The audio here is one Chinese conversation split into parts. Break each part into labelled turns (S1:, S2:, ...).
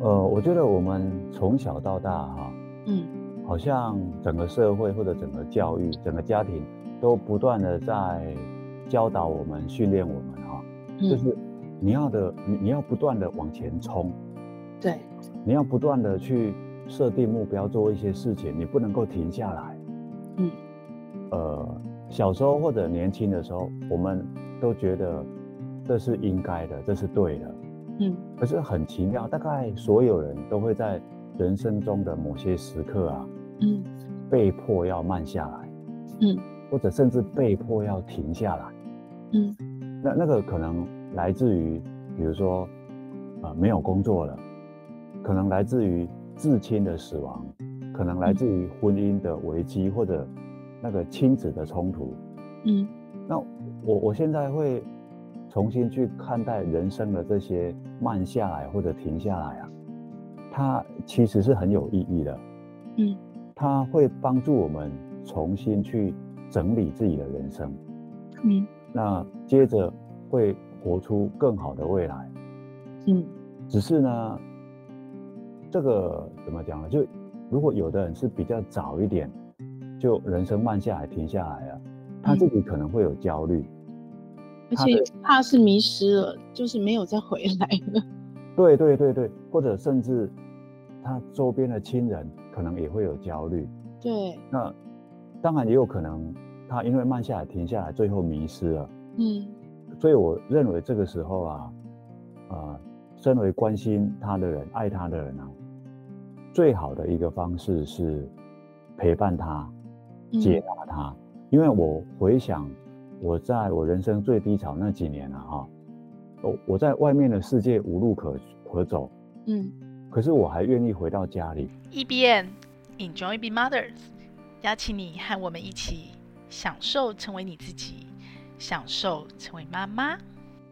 S1: 呃，我觉得我们从小到大哈、
S2: 嗯
S1: 好像整个社会或者整个教育、整个家庭都不断的在教导我们、训练我们哈、就
S2: 嗯，
S1: 是你要的，你你要不断的往前冲，
S2: 对，
S1: 你要不断的去设定目标，做一些事情，你不能够停下来。
S2: 嗯
S1: 呃，小时候或者年轻的时候，我们都觉得这是应该的，这是对的。
S2: 嗯
S1: 可是很奇妙，大概所有人都会在人生中的某些时刻啊，
S2: 嗯
S1: 被迫要慢下来，
S2: 嗯
S1: 或者甚至被迫要停下来。
S2: 嗯
S1: 那那个可能来自于，比如说，呃，没有工作了，可能来自于至亲的死亡，可能来
S2: 嗯
S1: 自于婚姻的危机或者那个亲子的冲突。
S2: 嗯
S1: 那我我现在会重新去看待人生的这些慢下来或者停下来啊，它其实是很有意义的，
S2: 嗯，
S1: 它会帮助我们重新去整理自己的人生。
S2: 嗯
S1: 那接着会活出更好的未来。
S2: 嗯
S1: 只是呢，这个怎么讲呢？就如果有的人是比较早一点，就人生慢下来、停下来了，他自
S2: 嗯，
S1: 己可能会有焦虑。
S2: 而
S1: 他
S2: 且
S1: 的
S2: 怕是迷失了，就是没有再回来了。
S1: 对对对对，或者甚至他周边的亲人可能也会有焦虑。
S2: 对，
S1: 那当然也有可能他因为慢下来、停下来，最后迷失了。
S2: 嗯
S1: 所以我认为这个时候啊，啊、身为关心他的人、爱他的人啊，最好的一个方式是陪伴他、解
S2: 嗯
S1: 答他。因为我回想我在我人生最低潮那几年啊，哈，我我在外面的世界无路可可走，
S2: 嗯
S1: 可是我还愿意回到家里。
S3: EBN E Enjoy Be Mothers，邀请你和我们一起享受成为你自己，享受成为妈妈。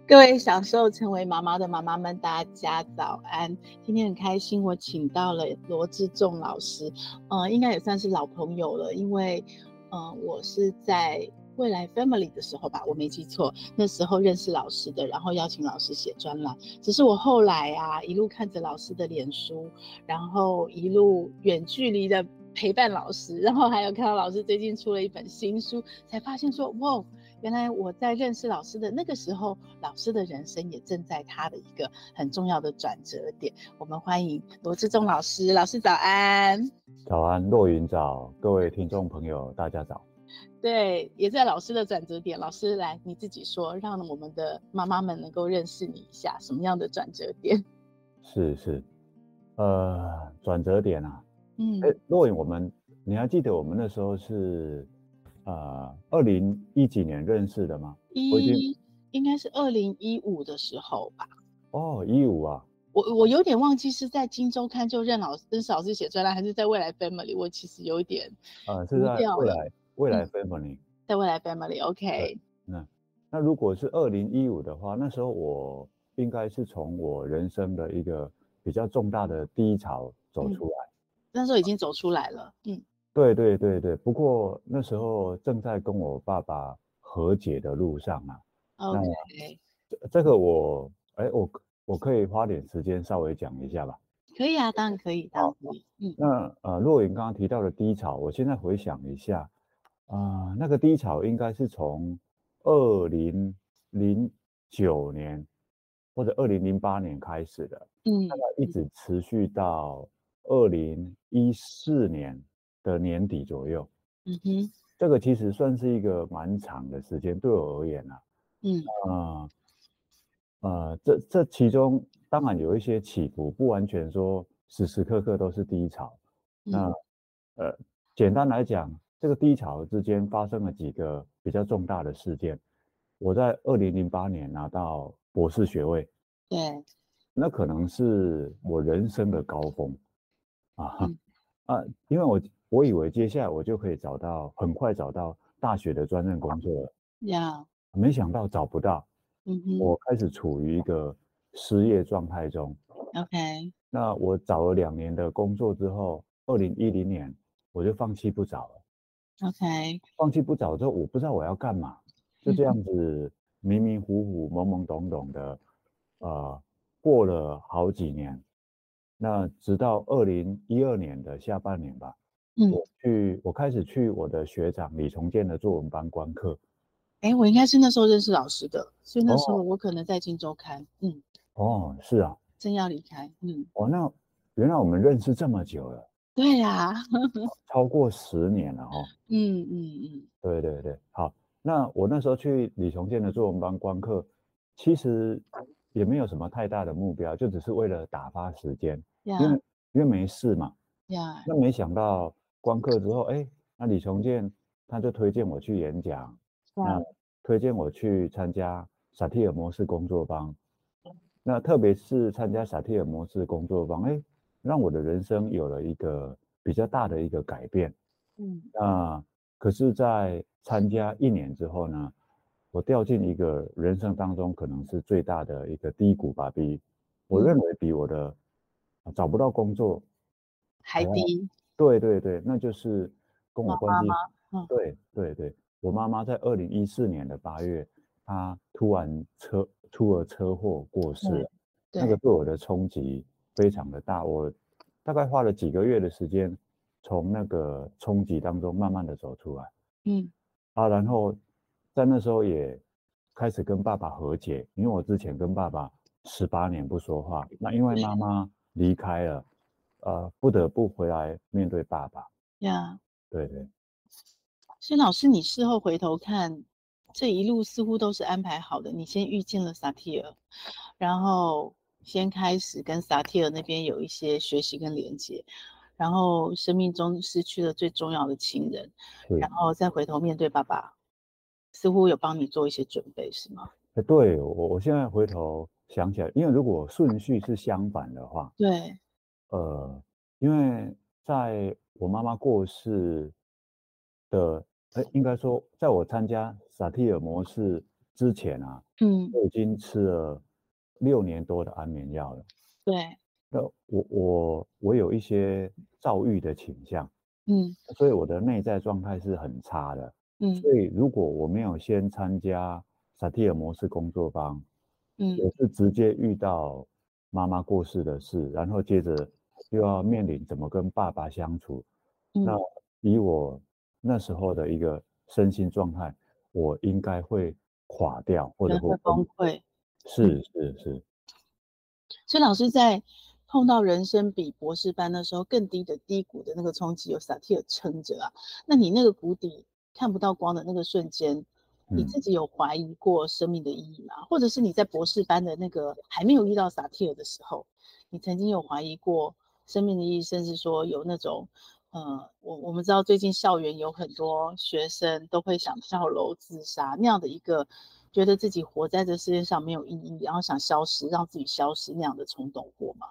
S2: 各位小时候成为妈妈的妈妈们，大家早安！今天很开心，我请到了罗志仲老师，呃，应该也算是老朋友了，因为，呃，我是在未来 Family 的时候吧，我没记错，那时候认识老师的，然后邀请老师写专栏。只是我后来啊，一路看着老师的脸书，然后一路远距离的陪伴老师，然后还有看到老师最近出了一本新书，才发现说，哇！哦原来我在认识老师的那个时候，老师的人生也正在他的一个很重要的转折点。我们欢迎罗志忠老师，老师早安。
S1: 早安，落云早，各位听众朋友，大家早。
S2: 对，也在老师的转折点。老师来，你自己说，让我们的妈妈们能够认识你一下，什么样的转折点？
S1: 是是，呃，转折点啊，哎
S2: 嗯，
S1: 若颖，我们你还记得我们那时候是呃二零一几年认识的吗？我已经
S2: 一应该是二零一五的时候吧。
S1: 哦一五啊，
S2: 我我有点忘记是在《金周刊》就任老师认识老师写专栏，还是在未来 Family。我其实有一点
S1: 呃是
S2: 糊
S1: 在
S2: 掉
S1: 未
S2: 了。
S1: 来未来
S2: 嗯
S1: family。
S2: 在未来 Family，OK，、
S1: 那如果是二零一五的话，那时候我应该是从我人生的一个比较重大的低潮走
S2: 嗯
S1: 出来。
S2: 那时候已经走出来了。嗯
S1: 对对对对，不过那时候正在跟我爸爸和解的路上啊。
S2: ，OK，
S1: 这这个我哎我我可以花点时间稍微讲一下吧。
S2: 可以啊，当然可以，当然
S1: 好
S2: 可以。嗯
S1: 那呃，若云刚刚提到的低潮，我现在回想一下，啊、那个低潮应该是从二零零九年或者二零零八年开始的，
S2: 嗯
S1: 大概一
S2: 嗯
S1: 直持续到二零一四年的年底左右。
S2: 嗯哼
S1: 这个其实算是一个蛮长的时间，对我而言啊，
S2: 嗯
S1: 啊、呃，这这其中当然有一些起伏，不完全说时时刻刻都是低潮。那
S2: 嗯
S1: 呃，简单来讲，这个低潮之间发生了几个比较重大的事件。我在二零零八年拿到博士学位，
S2: 对，
S1: 那可能是我人生的高峰啊哈
S2: 嗯
S1: 啊，因为我我以为接下来我就可以找到，很快找到大学的专任工作了，
S2: 呀，
S1: 没想到找不到，
S2: 嗯哼
S1: 我开始处于一个失业状态中。
S2: ，OK，
S1: 那我找了两年的工作之后，二零一零年我就放弃不找了。
S2: OK，
S1: 放弃不找之后，我不知道我要干嘛，就这
S2: 嗯
S1: 样子迷迷糊糊、懵懵懂懂的，呃，过了好几年，那直到二零一二年的下半年吧，
S2: 嗯
S1: 我去我开始去我的学长李重建的作文班观课。
S2: 哎，我应该是那时候认识老师的，所以那时候
S1: 哦
S2: 我可能在《金周刊》，嗯，
S1: 哦，是啊，
S2: 正要离开，嗯，
S1: 哦，那原来我们认识这么久了，
S2: 对呀、
S1: 超过十年了哈、哦。
S2: 嗯嗯嗯，
S1: 对对对，好。那我那时候去李重建的作文班观课，其实也没有什么太大的目标，就只是为了打发时间，
S2: 呀
S1: 因为因为没事嘛。
S2: 呀，
S1: 那没想到观课之后，哎，那李重建他就推荐我去演讲，那
S2: 呀
S1: 推荐我去参加萨提尔模式工作坊。那特别是参加萨提尔模式工作坊，哎，让我的人生有了一个比较大的一个改变。
S2: 嗯，
S1: 那可是，在参加一年之后呢，我掉进一个人生当中可能是最大的一个低谷吧，比我
S2: 嗯
S1: 认为比我的呃找不到工作，
S2: 海
S1: 哦
S2: 底，
S1: 对对对，那就是跟我关系，
S2: 嗯
S1: 对对对，我妈妈在二零一四年的八月，她突然车出了车祸过世
S2: 嗯
S1: 了，
S2: 对
S1: 那个对我的冲击非常的大，我大概花了几个月的时间，从那个冲击当中慢慢的走出来。
S2: 嗯
S1: 啊，然后在那时候也开始跟爸爸和解，因为我之前跟爸爸十八年不说话，那因为妈妈离开了，呃，不得不回来面对爸爸。
S2: 呀，
S1: 对对，
S2: 所以老师，你事后回头看，这一路似乎都是安排好的。你先遇见了萨提尔，然后先开始跟萨提尔那边有一些学习跟连接，然后生命中失去了最重要的亲人，
S1: 是
S2: 然后再回头面对爸爸，似乎有帮你做一些准备，是吗？
S1: 哎对我我现在回头想起来，因为如果顺序是相反的话，
S2: 对，
S1: 呃，因为在我妈妈过世的，呃，应该说在我参加萨提尔模式之前啊，
S2: 嗯，
S1: 我已经吃了六年多的安眠药了。
S2: 对，
S1: 那我我我有一些躁郁的倾向，
S2: 嗯
S1: 所以我的内在状态是很差的。
S2: 嗯
S1: 所以如果我没有先参加萨提尔模式工作坊，
S2: 嗯
S1: 我是直接遇到妈妈过世的事，然后接着又要面临怎么跟爸爸相处。
S2: 嗯
S1: 那以我那时候的一个身心状态，我应该会垮掉，或者
S2: 人会
S1: 会
S2: 崩溃。
S1: 是是是，
S2: 所以老师在碰到人生比博士班的时候更低的低谷的那个冲击，有萨提尔撑着啊。那你那个谷底看不到光的那个瞬间，你
S1: 嗯
S2: 自己有怀疑过生命的意义吗？或者是你在博士班的那个还没有遇到萨提尔的时候，你曾经有怀疑过生命的意义，甚至说有那种。呃，我我们知道最近校园有很多学生都会想跳楼自杀，那样的一个觉得自己活在这世界上没有意义，然后想消失，让自己消失那样的冲动过吗？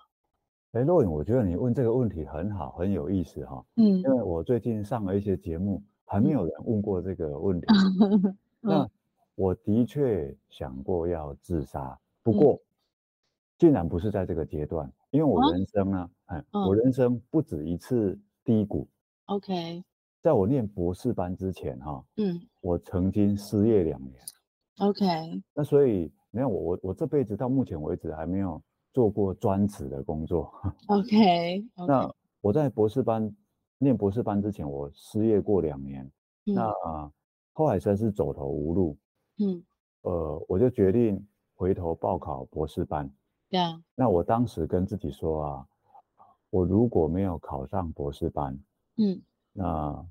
S1: 哎，若颖，我觉得你问这个问题很好，很有意思哈、
S2: 嗯
S1: 因为我最近上了一些节目，还没
S2: 嗯
S1: 有人问过这个问题。那
S2: 嗯
S1: 我的确想过要自杀，不
S2: 嗯
S1: 过竟然不是在这个阶段，因为我
S2: 啊
S1: 人生呢，哎，
S2: 嗯
S1: 我人生不止一次低谷。
S2: ，OK，
S1: 在我念博士班之前哈、
S2: 嗯
S1: 我曾经失业两年。
S2: ，OK，
S1: 那所以你看我我我这辈子到目前为止还没有做过专职的工作。
S2: OK，
S1: 那我在博士班念博士班之前，我失业过两年。那后来实在是走投无路，
S2: 嗯，
S1: 呃，我就决定回头报考博士班。
S2: 这样
S1: 那我当时跟自己说啊，我如果没有考上博士班，
S2: 嗯
S1: 那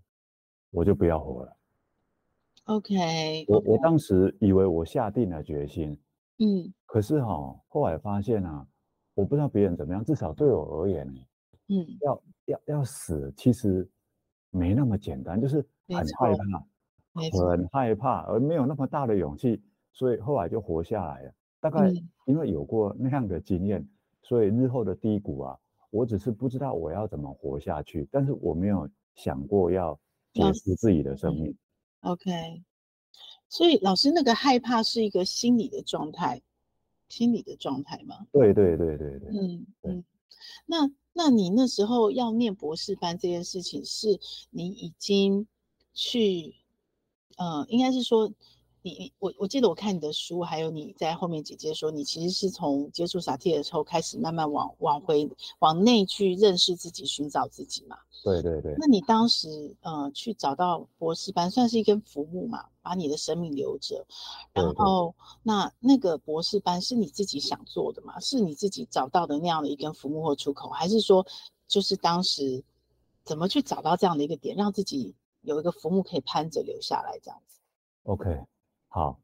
S1: 我就不要活了。
S2: ，OK，
S1: 我我当时以为我下定了决心，
S2: 嗯
S1: 可是哈、后来发现啊，我不知道别人怎么样，至少对我而言，
S2: 嗯
S1: 要要要死，其实没那么简单，就是
S2: 没
S1: 很害
S2: 错
S1: 怕，
S2: 没错
S1: 很害怕，而没有那么大的勇气，所以后来就活下来了。大概
S2: 嗯
S1: 因为有过那样的经验，所以日后的低谷啊，我只是不知道我要怎么活下去，但是我没有想过要结
S2: 要
S1: 束自己的生
S2: 嗯
S1: 命。
S2: ，OK。所以老师那个害怕是一个心理的状态，心理的状态吗？
S1: 对对对对对，
S2: 嗯
S1: 对
S2: 嗯，那那你那时候要念博士班这件事情，是你已经去，呃，应该是说你我我记得我看你的书，还有你在后面姐姐说，你其实是从接触萨提的时候开始，慢慢往往回往内去认识自己，寻找自己嘛。
S1: 对对对，
S2: 那你当时呃去找到博士班，算是一根浮木嘛，把你的生命留着。然
S1: 对对
S2: 后那那个博士班是你自己想做的吗？是你自己找到的那样的一根浮木或出口，还是说就是当时怎么去找到这样的一个点，让自己有一个浮木可以攀着留下来这样子？
S1: OK，好，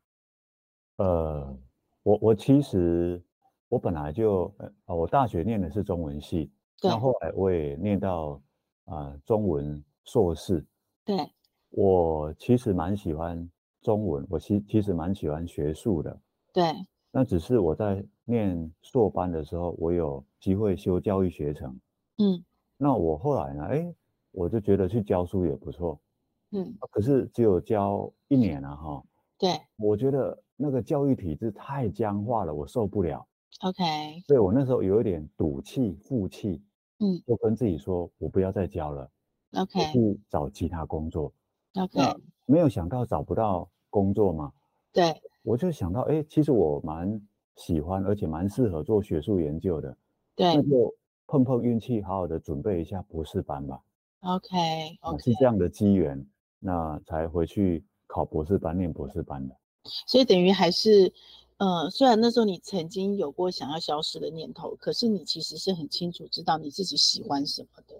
S1: 呃，我我其实我本来就呃啊，我大学念的是中文系，
S2: 对
S1: 那后来我也念到啊、呃中文硕士，
S2: 对
S1: 我其实蛮喜欢中文，我其其实蛮喜欢学术的。
S2: 对
S1: 那只是我在念硕班的时候，我有机会修教育学程。
S2: 嗯
S1: 那我后来呢，哎，我就觉得去教书也不错，
S2: 嗯
S1: 啊可是只有教一年啊，哈。
S2: 对
S1: 我觉得那个教育体制太僵化了，我受不了。
S2: ，OK，
S1: 所以我那时候有一点赌气、负气，
S2: 嗯
S1: 就跟自己说，我不要再教了，我
S2: OK
S1: 去找其他工作。
S2: OK，
S1: 那没有想到找不到工作嘛，
S2: 对
S1: 我就想到，哎，其实我蛮喜欢，而且蛮适合做学术研究的，那
S2: 对
S1: 就碰碰运气，好好的准备一下博士班吧。
S2: ，OK
S1: 啊
S2: OK。
S1: 是这样的机缘，那才回去考博士班、念博士班的。
S2: 所以等于还是，呃，虽然那时候你曾经有过想要消失的念头，可是你其实是很清楚知道你自己喜欢什么的，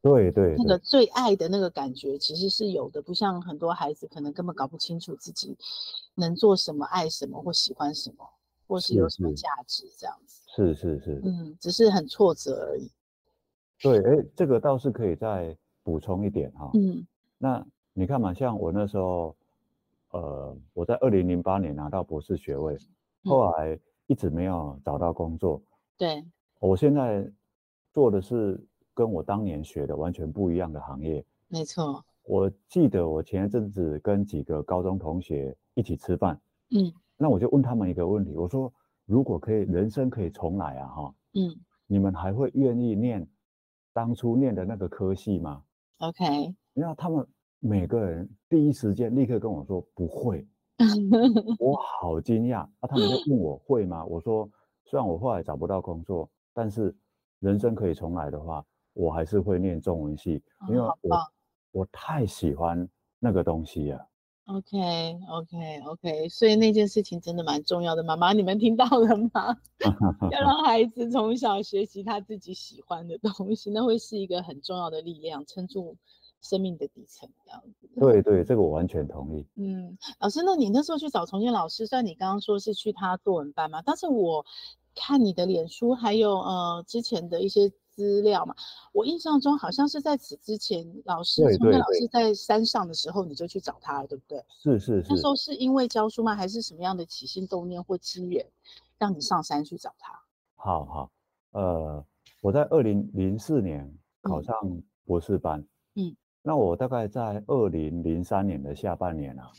S1: 对对
S2: 那
S1: 对
S2: 个最爱的那个感觉其实是有的，不像很多孩子可能根本搞不清楚自己能做什么、爱什么或喜欢什么，或
S1: 是
S2: 是有什么
S1: 是
S2: 价值这样子。
S1: 是是是。
S2: 嗯，只是很挫折而已。
S1: 对，哎，这个倒是可以再补充一点哈、
S2: 嗯
S1: 那你看嘛，像我那时候，呃，我在二零零八年拿到博士学位，
S2: 嗯
S1: 后来一直没有找到工作。
S2: 对
S1: 我现在做的是跟我当年学的完全不一样的行业。
S2: 没错。
S1: 我记得我前一阵子跟几个高中同学一起吃饭，
S2: 嗯
S1: 那我就问他们一个问题，我说如果可以，人生可以重来啊，哈，
S2: 嗯
S1: 你们还会愿意念当初念的那个科系吗？
S2: ，OK，
S1: 然后他们每个人第一时间立刻跟我说不会，
S2: 嗯
S1: 我好惊讶。啊，他们就问我会吗？我说虽然我后来找不到工作，但是人生可以重来的话，我还是会念中文系，因为
S2: 哦好
S1: 我
S2: 棒
S1: 我太喜欢那个东西了。
S2: OK OK OK，所以那件事情真的蛮重要的，妈妈，你们听到了吗？ 要让孩子从小学习他自己喜欢的东西，那会是一个很重要的力量，撑住生命的底层这样子。
S1: 对对，这个我完全同意。
S2: 嗯，老师，那你那时候去找重建老师，虽然你刚刚说是去他作文班嘛，但是我看你的脸书还有呃之前的一些资料嘛，我印象中好像是在此之前，老师
S1: 对
S2: 重建
S1: 对
S2: 老
S1: 对
S2: 师在山上的时候你就去找他了，对不对？
S1: 是是是
S2: 那，时候是因为教书吗？还是什么样的起心动念或机缘，让你上山去找他？
S1: 好好。呃，我在二零零四年考
S2: 嗯
S1: 上博士班，
S2: 嗯，
S1: 那我大概在二零零三年的下半年啊，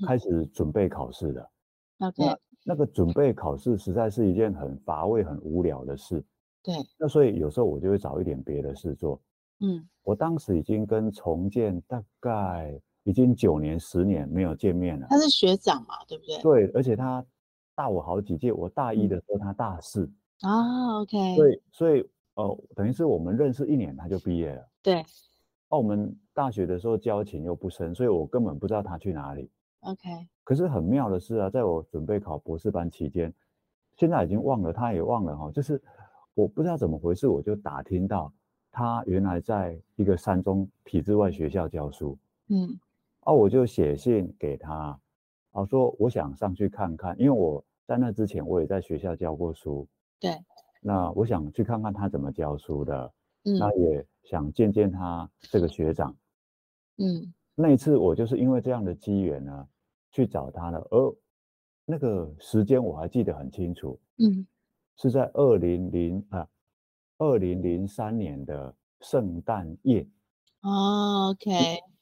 S2: 嗯
S1: 开始准备考试的。
S2: OK，
S1: 那个准备考试实在是一件很乏味、很无聊的事。
S2: 对，
S1: 那所以有时候我就会找一点别的事做。
S2: 嗯
S1: 我当时已经跟重建大概已经九年、十年没有见 面了。
S2: 他是学长嘛，对不对？
S1: 对，而且他大我好几届，我大
S2: 嗯
S1: 一的时候他大四，
S2: 啊，OK，
S1: 所以所以呃，等于是我们认识一年他就毕业了。
S2: 对
S1: 澳门大学的时候交情又不深，所以我根本不知道他去哪里。
S2: ，OK，
S1: 可是很妙的是啊，在我准备考博士班期间，现在已经忘了，他也忘了哈、就是我不知道怎么回事，我就打听到他原来在一个山中体制外学校教书，
S2: 嗯
S1: 啊，我就写信给他，啊，说我想上去看看，因为我在那之前我也在学校教过书，
S2: 对，
S1: 那我想去看看他怎么教书的，
S2: 嗯
S1: 那也想见见他这个学长。
S2: 嗯
S1: 那一次我就是因为这样的机缘呢，去找他了，而那个时间我还记得很清楚，
S2: 嗯
S1: 是在二零零啊，二零零三年的圣诞夜，
S2: 哦，OK，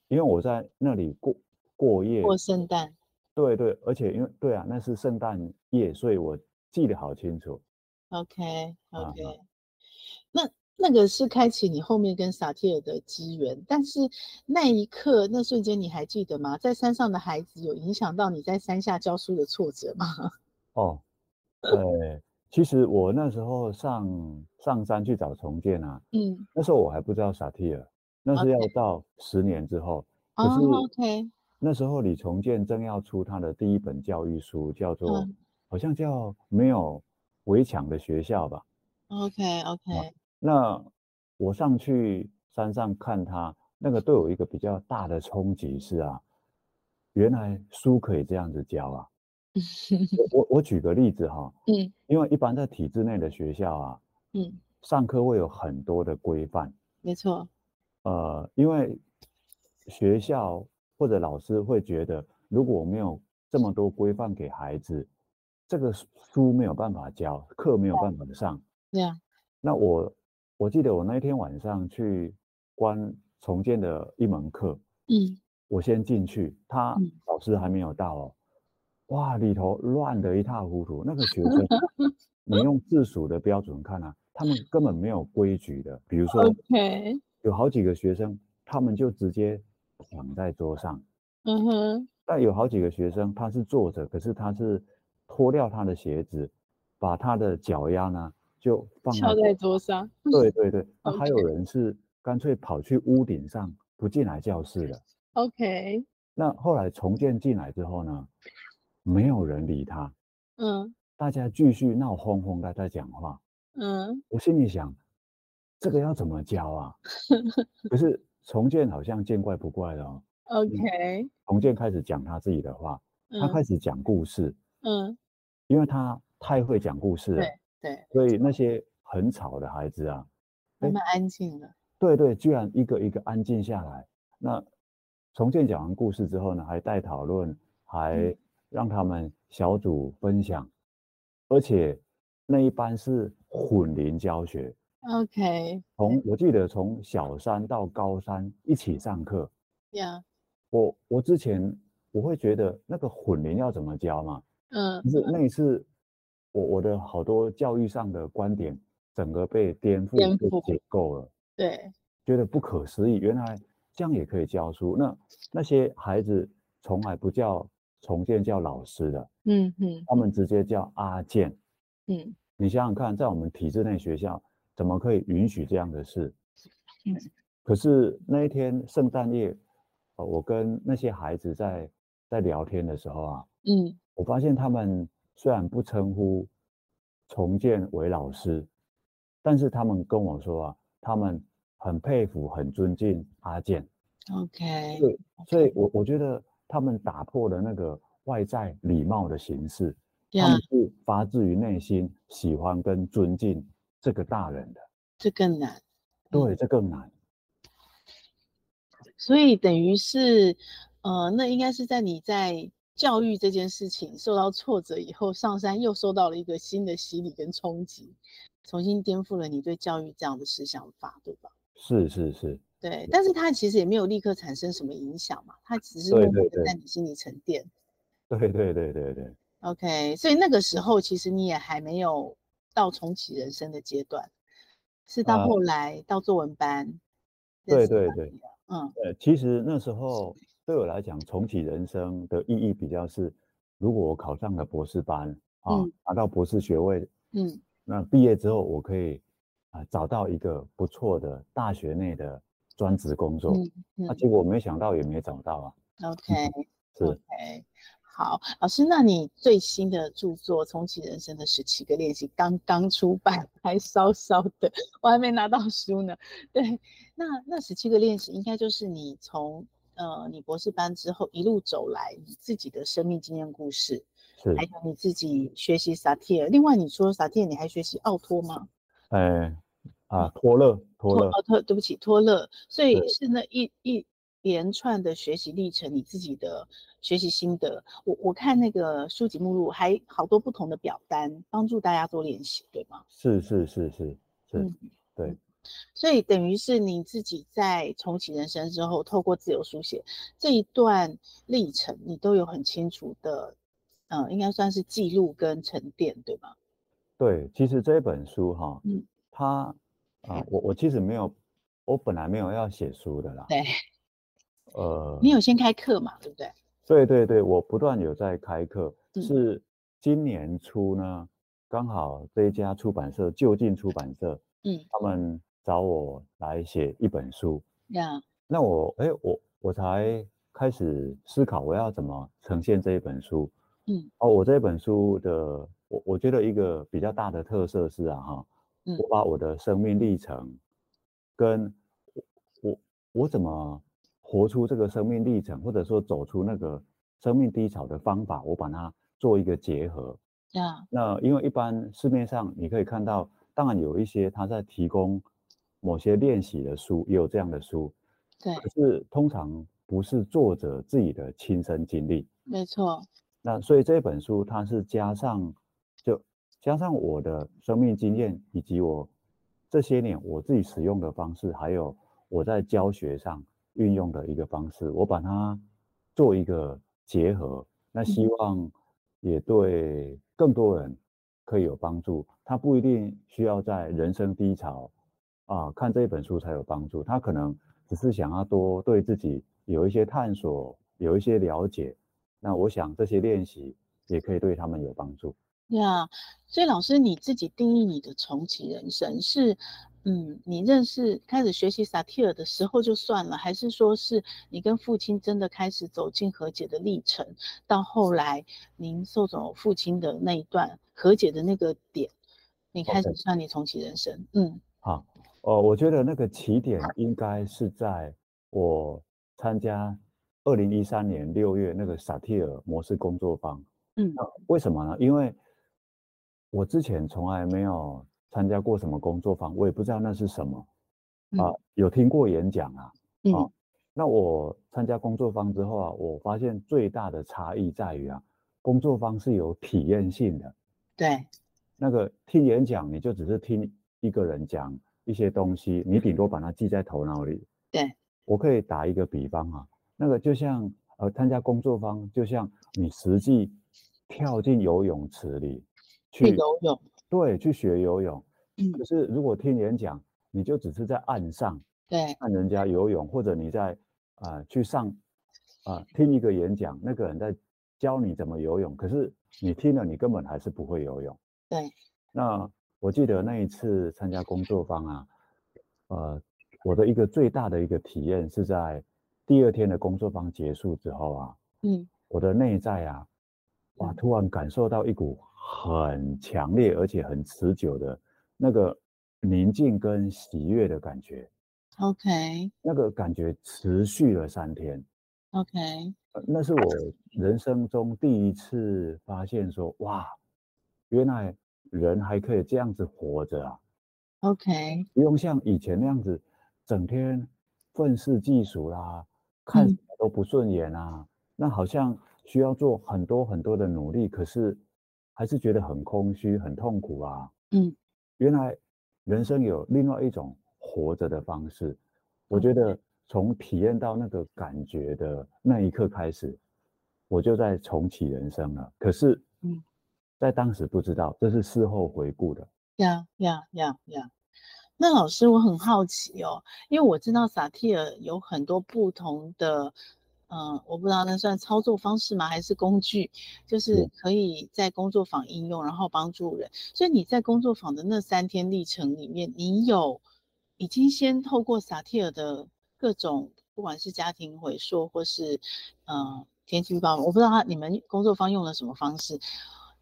S1: 因为我在那里过过夜，
S2: 过圣诞，
S1: 对对，而且因为对啊，那是圣诞夜，所以我记得好清楚。
S2: OK
S1: 啊
S2: OK，、那那个是开启你后面跟萨提尔的机缘。但是那一刻、那瞬间，你还记得吗？在山上的孩子有影响到你在山下教书的挫折吗？
S1: 哦，呃，其实我那时候上上山去找重建啊，
S2: 嗯，
S1: 那时候我还不知道萨提尔，那是要到十年之后。
S2: 哦
S1: 可是
S2: ，OK，
S1: 那时候李重建正要出他的第一本教育书，叫做、
S2: 嗯
S1: 好像叫没有围墙的学校吧。
S2: OK，OK，、
S1: 啊那我上去山上看他，那个对我一个比较大的冲击是啊，原来书可以这样子教啊。我我我举个例子哈，
S2: 嗯
S1: 因为一般在体制内的学校啊，
S2: 嗯，
S1: 上课会有很多的规范，
S2: 没错，
S1: 呃，因为学校或者老师会觉得，如果没有这么多规范给孩子，这个书书没有办法教，课没有办法上。
S2: 对啊，
S1: 那我我记得我那一天晚上去关重建的一门课，
S2: 嗯，
S1: 我先进去，他
S2: 嗯
S1: 老师还没有到哦，哇，里头乱得一塌糊涂。那个学生，你用自数的标准看啊，他们根本没有规矩的。比如说
S2: 嗯 OK，
S1: 有好几个学生，他们就直接躺在桌上；
S2: 嗯哼，
S1: 但有好几个学生，他是坐着，可是他是脱掉他的鞋子，把他的脚丫呢就放
S2: 翘在桌上，
S1: 对对对，那
S2: OK
S1: 还有人是干脆跑去屋顶上，不进来教室了。
S2: ，OK，
S1: 那后来重建进来之后呢，没有人理他，
S2: 嗯
S1: 大家继续闹哄哄的在讲话。
S2: 嗯，
S1: 我心里想，这个要怎么教啊？可是重建好像见怪不怪了、哦。
S2: OK，
S1: 重建开始讲他自己的话，他
S2: 嗯
S1: 开始讲故事，
S2: 嗯，
S1: 因为他太会讲故事了，
S2: 对，
S1: 所以那些很吵的孩子啊，
S2: 慢
S1: 诶
S2: 慢安静了，
S1: 对对，居然一个一个安静下来。那重建讲完故事之后呢，还带讨论，
S2: 嗯
S1: 还让他们小组分享，而且那一班是混龄教学，
S2: OK，
S1: 从我记得从小三到高三一起上课。
S2: 呀，
S1: 我我之前我会觉得那个混龄要怎么教嘛，
S2: 嗯
S1: 可是那一次我我的好多教育上的观点整个被颠覆、
S2: 颠
S1: 被
S2: 覆
S1: 解构了。
S2: 对，
S1: 觉得不可思议，原来这样也可以教书。那那些孩子从来不叫重建叫老师的，
S2: 嗯哼
S1: 他们直接叫阿健。
S2: 嗯，
S1: 你想想看，在我们体制内学校，怎么可以允许这样的事？
S2: 嗯
S1: 可是那一天圣诞夜，呃，我跟那些孩子在在聊天的时候啊，
S2: 嗯
S1: 我发现他们虽然不称呼重建为老师，但是他们跟我说啊，他们很佩服、很尊敬阿健，
S2: ，OK，
S1: 对所以我我觉得他们打破了那个外在礼貌的形式，他
S2: 呀
S1: 们，是发自于内心喜欢跟尊敬这个大人的。
S2: 这更难，嗯
S1: 对，这更难。
S2: 所以等于是，呃，那应该是在你在教育这件事情受到挫折以后，上山又受到了一个新的洗礼跟冲击，重新颠覆了你对教育这样的思想法，对吧？
S1: 是是是，
S2: 对，但是它其实也没有立刻产生什么影响嘛，它只是
S1: 对
S2: 默默
S1: 对
S2: 的
S1: 对
S2: 在你心里沉淀。
S1: 对对对对对，
S2: OK，所以那个时候其实你也还没有到重启人生的阶段，是到
S1: 呃
S2: 后来到作文班。
S1: 对对对。
S2: 嗯
S1: 呃，其实那时候对我来讲，重启人生的意义比较是，如果我考上了博士班啊，
S2: 嗯
S1: 拿到博士学位，
S2: 嗯
S1: 那毕业之后我可以啊、找到一个不错的大学内的专职工作。
S2: 嗯
S1: 那、
S2: 嗯
S1: 结果没想到也没找到啊，
S2: ，OK。
S1: 是
S2: OK，好，老师，那你最新的著作《重启人生的十七个练习》刚刚出版， 还稍稍的，我还没拿到书呢。对，那那十七个练习应该就是你从呃你博士班之后一路走来你自己的生命经验故事，
S1: 是
S2: 还，有你自己学习萨提尔。另外，你说萨提尔，你还学习奥托吗？
S1: 呃，啊，
S2: 嗯
S1: 托勒，托勒，
S2: 哦，特对不起，托勒，所以
S1: 对
S2: 是那一一连串的学习历程，你自己的学习心得。我我看那个书籍目录，还好多不同的表单，帮助大家做练习，对吗？
S1: 是是是是是
S2: 嗯，
S1: 对，
S2: 所以等于是你自己在重启人生之后，透过自由书写这一段历程，你都有很清楚的，呃，应该算是记录跟沉淀，对吗？
S1: 对，其实这本书哈，
S2: 嗯
S1: 它啊，我我其实没有，我本来没有要写书的啦。
S2: 对，
S1: 呃，
S2: 你有先开课嘛？对不对？
S1: 对对对，我不断有在开课，
S2: 嗯
S1: 是今年初呢，刚好这一家出版社就近出版社，
S2: 嗯，
S1: 他们找我来写一本书，
S2: 那
S1: 那我哎我我才开始思考我要怎么呈现这一本书，
S2: 嗯，
S1: 哦，我这本书的我我觉得一个比较大的特色是啊哈，
S2: 嗯
S1: 我把我的生命历程跟我我我怎么活出这个生命历程，或者说走出那个生命低潮的方法，我把它做一个结合。
S2: 那
S1: 那因为一般市面上你可以看到，当然有一些它在提供某些练习的书，也有这样的书，
S2: 对，
S1: 可是通常不是作者自己的亲身经历。
S2: 没错，
S1: 那所以这本书它是加上就加上我的生命经验，以及我这些年我自己使用的方式，还有我在教学上运用的一个方式，我把它做一个结合。那希望也对更多人可以有帮助。他不一定需要在人生低潮啊看这本书才有帮助，他可能只是想要多对自己有一些探索，有一些了解。那我想这些练习也可以对他们有帮助。
S2: 那啊所以老师你自己定义你的重启人生是，嗯，你认识开始学习萨提尔的时候就算了，还是说是你跟父亲真的开始走进和解的历程，到后来您送走父亲的那一段和解的那个点，你开始
S1: OK
S2: 算你重启人生，嗯
S1: 好，呃，我觉得那个起点应该是在我参加二零一三年六月那个萨提尔模式工作坊。
S2: 嗯
S1: 那为什么呢？因为我之前从来没有参加过什么工作坊，我也不知道那是什么。啊、
S2: 嗯
S1: 有听过演讲啊。
S2: 嗯、
S1: 哦那我参加工作坊之后啊，我发现最大的差异在于啊，工作坊是有体验性的。
S2: 对，
S1: 那个听演讲，你就只是听一个人讲一些东西，你顶多把它记在头脑里。
S2: 对，
S1: 我可以打一个比方啊，那个就像呃参加工作坊，就像你实际跳进游泳池里
S2: 去
S1: 去，
S2: 游泳，
S1: 对，去学游泳。
S2: 嗯
S1: 可是如果听演讲，你就只是在岸上
S2: 对
S1: 看人家游泳，或者你在啊、呃去上啊、呃听一个演讲，那个人在教你怎么游泳，可是你听了你根本还是不会游泳。
S2: 对，
S1: 那我记得那一次参加工作坊啊，呃，我的一个最大的一个体验是在第二天的工作坊结束之后啊，
S2: 嗯
S1: 我的内在啊，哇，
S2: 嗯
S1: 突然感受到一股很强烈而且很持久的那个宁静跟喜悦的感觉，
S2: ，OK
S1: 那个感觉持续了三天。
S2: OK，
S1: 呃那是我人生中第一次发现说，哇，原来人还可以这样子活着啊！
S2: OK，
S1: 不用像以前那样子，整天愤世嫉俗啦，看什
S2: 嗯
S1: 么都不顺眼啊，那好像需要做很多很多的努力，可是还是觉得很空虚、很痛苦啊。
S2: 嗯，
S1: 原来人生有另外一种活着的方
S2: 哦
S1: 式，我觉得从体验到那个感觉的那一刻开始，我就在重启人生了。可是，
S2: 嗯，
S1: 在当时不知道，这是事后回顾的。
S2: 呀呀呀呀！那老师，我很好奇哦，因为我知道萨提尔有很多不同的，嗯，我不知道那算操作方式吗，还是工具，就是
S1: 嗯
S2: 可以在工作坊应用，然后帮助人。所以你在工作坊的那三天历程里面，你有已经先透过萨提尔的各种，不管是家庭回溯或是，嗯，天气预报，我不知道他你们工作坊用了什么方式，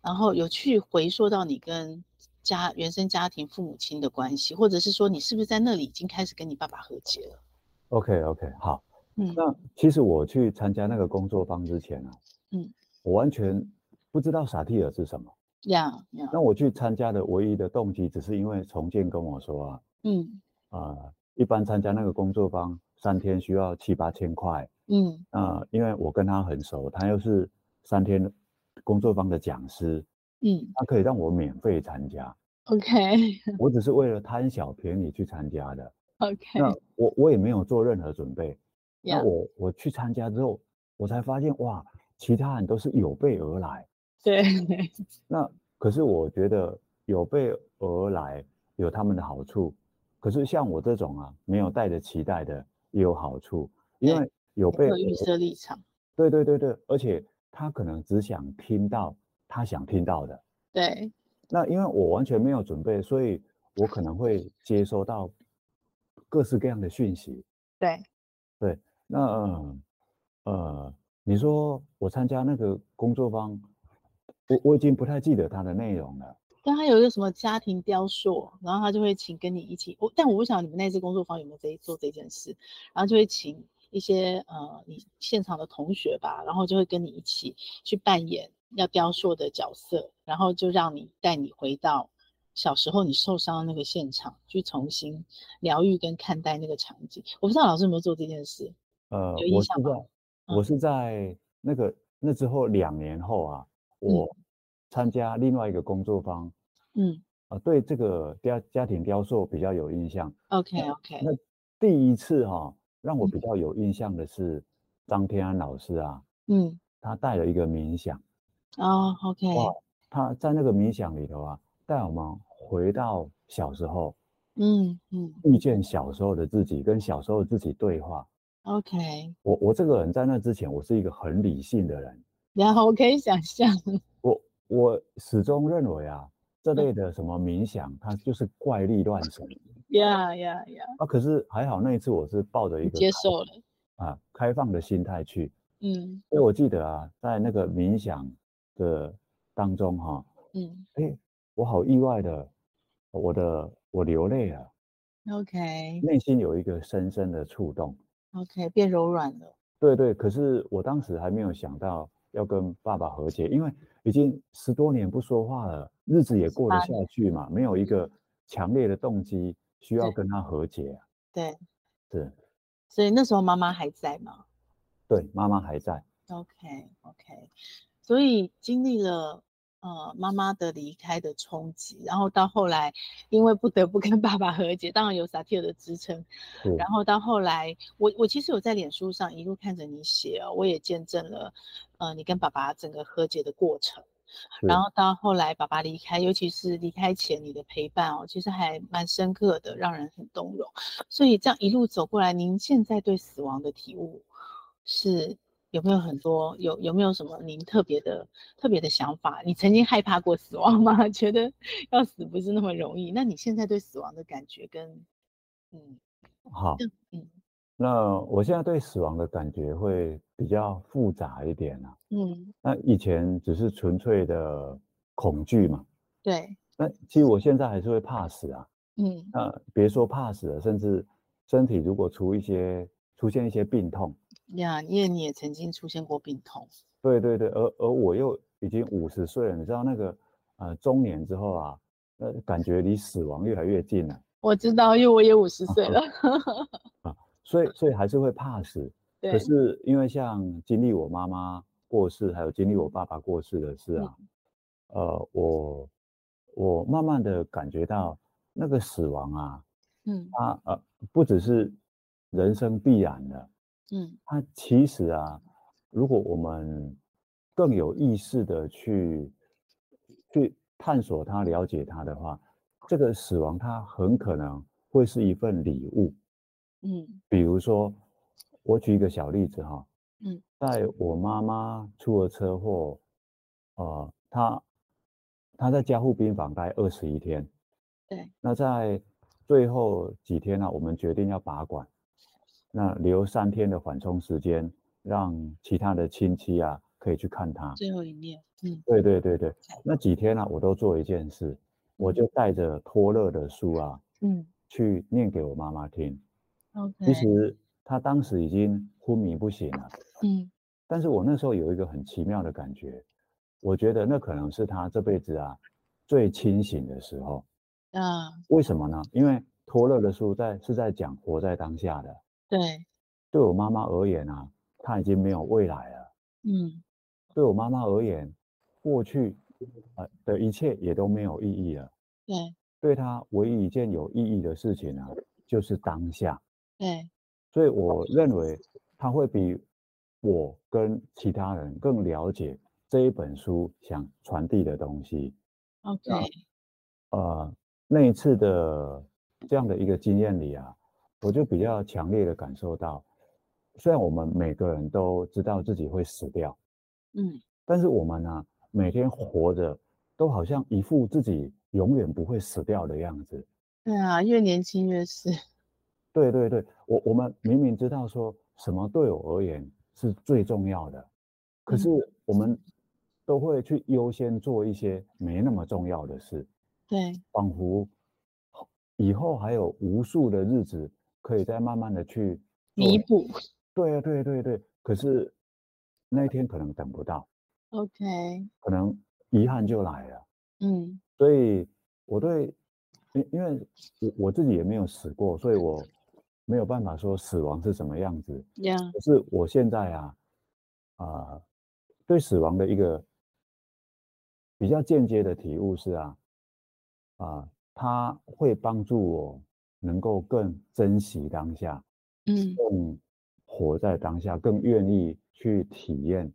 S2: 然后有去回溯到你跟家原生家庭父母亲的关系，或者是说你是不是在那里已经开始跟你爸爸和解了？
S1: OK OK，好。
S2: 嗯
S1: 那其实我去参加那个工作坊之前啊，
S2: 嗯，
S1: 我完全不知道萨提尔是什么。
S2: 呀呀，
S1: 那我去参加的唯一的动机，只是因为重建跟我说啊，
S2: 嗯
S1: 呃，一般参加那个工作坊三天需要七八千块，
S2: 嗯
S1: 那、因为我跟他很熟，他又是三天工作坊的讲师，
S2: 嗯
S1: 他可以让我免费参加，
S2: ，OK
S1: 我只是为了贪小便宜去参加的。
S2: OK，
S1: 那我我也没有做任何准备，那
S2: 呀，
S1: 我我去参加之后，我才发现哇，其他人都是有备而来。
S2: 对，
S1: 那可是我觉得有备而来有他们的好处，可是像我这种啊，没有带着期待的也有好处，因
S2: 对
S1: 为有
S2: 没
S1: 被
S2: 有预设立场，
S1: 对对对对，而且他可能只想听到他想听到的。
S2: 对，
S1: 那因为我完全没有准备，所以我可能会接收到各式各样的讯息。
S2: 对，
S1: 对，那呃呃，你说我参加那个工作坊，我我已经不太记得它的内容了。
S2: 但他有一个什么家庭雕塑，然后他就会请跟你一起，我但我不晓得你们那次工作坊有没有这一做这件事，然后就会请一些呃你现场的同学吧，然后就会跟你一起去扮演要雕塑的角色，然后就让你带你回到小时候你受伤的那个现场，去重新疗愈跟看待那个场景。我不知道老师有没有做这件事，
S1: 呃，
S2: 有印
S1: 我是
S2: 象
S1: 在
S2: 吗嗯
S1: 我是在那个那之后两年后啊，我参加另外一个工作坊，
S2: 嗯
S1: 啊，对这个雕家庭雕塑比较有印象。
S2: ，OK OK，
S1: 那第一次哈、让我
S2: 嗯
S1: 比较有印象的是张天安老师啊，
S2: 嗯，
S1: 他带了一个冥想，
S2: 哦，OK，
S1: 哇他在那个冥想里头啊，带我们回到小时候，
S2: 嗯嗯
S1: 遇见小时候的自己，跟小时候的自己对话。
S2: ，OK，
S1: 我我这个人在那之前，我是一个很理性的人，
S2: 然后我可以想象，
S1: 我我始终认为啊，这
S2: 嗯
S1: 类的什么冥想，它就是怪力乱神
S2: 呀呀呀，
S1: 啊。可是还好那一次，我是抱着一
S2: 你
S1: 个
S2: 接
S1: 开
S2: 受了。
S1: 啊开放的心态去，
S2: 嗯
S1: 因为我记得啊，在那个冥想的当中哈、
S2: 嗯
S1: 我好意外的，我的我流泪了，
S2: ，OK
S1: 内心有一个深深的触动。
S2: OK，变柔软了。
S1: 对对，可是我当时还没有想到要跟爸爸和解，因为已经十多年不说话了，日子也过得
S2: 18
S1: 下去嘛，没有一个强烈的动机需要
S2: 对
S1: 跟他和解啊。
S2: 对，
S1: 是，
S2: 所以那时候妈妈还在嘛。
S1: 对，妈妈还在。
S2: OK OK，所以经历了呃妈妈的离开的冲击，然后到后来，因为不得不跟爸爸和解，当然有萨提尔的支撑，
S1: 是，
S2: 然后到后来，我我其实有在脸书上一路看着你写哦，我也见证了，呃，你跟爸爸整个和解的过程。然
S1: 是
S2: 后到后来爸爸离开，尤其是离开前你的陪伴哦，其实还蛮深刻的，让人很动容。所以这样一路走过来，您现在对死亡的体悟是有没有很多？有有没有什么您特别的特别的想法？你曾经害怕过死亡吗？ 觉得要死不是那么容易？那你现在对死亡的感觉跟嗯
S1: 好
S2: 这。嗯
S1: 那我现在对死亡的感觉会比较复杂一点啊。
S2: 嗯
S1: 那以前只是纯粹的恐惧嘛，
S2: 对
S1: 那其实我现在还是会怕死啊。
S2: 嗯
S1: 那别说怕死了，甚至身体如果出一些出现一些病痛，
S2: 呀，因为你也曾经出现过病痛，
S1: 对对对，而而我又已经五十岁了，你知道那个呃中年之后啊，那感觉离死亡越来越近了，
S2: 我知道，因为我也五十岁
S1: 啊
S2: 了。
S1: 所以所以还是会怕死。
S2: 对
S1: 可，是因为像经历我妈妈过世，还有经历我爸爸过世的事啊，呃，我我慢慢的感觉到那个死亡啊，
S2: 嗯
S1: 它呃不只是人生必然的，
S2: 嗯
S1: 它其实啊，如果我们更有意识的去去探索它、了解它的话，这个死亡它很可能会是一份礼物。
S2: 嗯
S1: 比如说，我举一个小例子哈，
S2: 嗯，
S1: 在我妈妈出了车祸，呃，她她在加护病房待二十一天，
S2: 对，
S1: 那在最后几天呢、我们决定要拔管，那留三天的缓冲时间，让其他的亲戚啊可以去看她。
S2: 最后一面，嗯
S1: 对对对对，那几天呢、我都做一件事，我
S2: 嗯
S1: 就带着托勒的书啊
S2: 嗯
S1: 去念给我妈妈听。
S2: ，OK，
S1: 其实她当时已经昏迷不醒了，
S2: 嗯
S1: 但是我那时候有一个很奇妙的感觉，我觉得那可能是她这辈子啊最清醒的时候。
S2: 啊，
S1: 为什么呢？因为托勒的书在是在讲活在当下的。
S2: 对，
S1: 对我妈妈而言啊，她已经没有未来了。
S2: 嗯
S1: 对我妈妈而言，过去呃的一切也都没有意义了。
S2: 对
S1: 对她唯一一件有意义的事情啊，就是当下。
S2: 对，
S1: 所以我认为她会比我跟其他人更了解这一本书想传递的东西。
S2: 啊，OK，
S1: 呃，那一次的这样的一个经验里啊，我就比较强烈的感受到，虽然我们每个人都知道自己会死掉，
S2: 嗯，
S1: 但是我们呢、每天活着都好像一副自己永远不会死掉的样子。
S2: 对啊，越年轻越是，
S1: 对对对，我我们明明知道说什么对我而言是最重要的，可是
S2: 嗯
S1: 我们都会去优先做一些没那么重要的事，
S2: 对，
S1: 仿佛以后还有无数的日子可以再慢慢的去
S2: 弥补。
S1: 对啊对对对，可是那一天可能等不到，
S2: OK，
S1: 可能遗憾就来了。
S2: 嗯
S1: 所以我对，因因为我我自己也没有死过，所以我没有办法说死亡是什么样子。
S2: ，Yeah，
S1: 可是我现在啊，啊、对死亡的一个比较间接的体悟是啊，啊、它会帮助我能够更珍惜当下，
S2: 嗯
S1: 更活在当下，更愿意去体验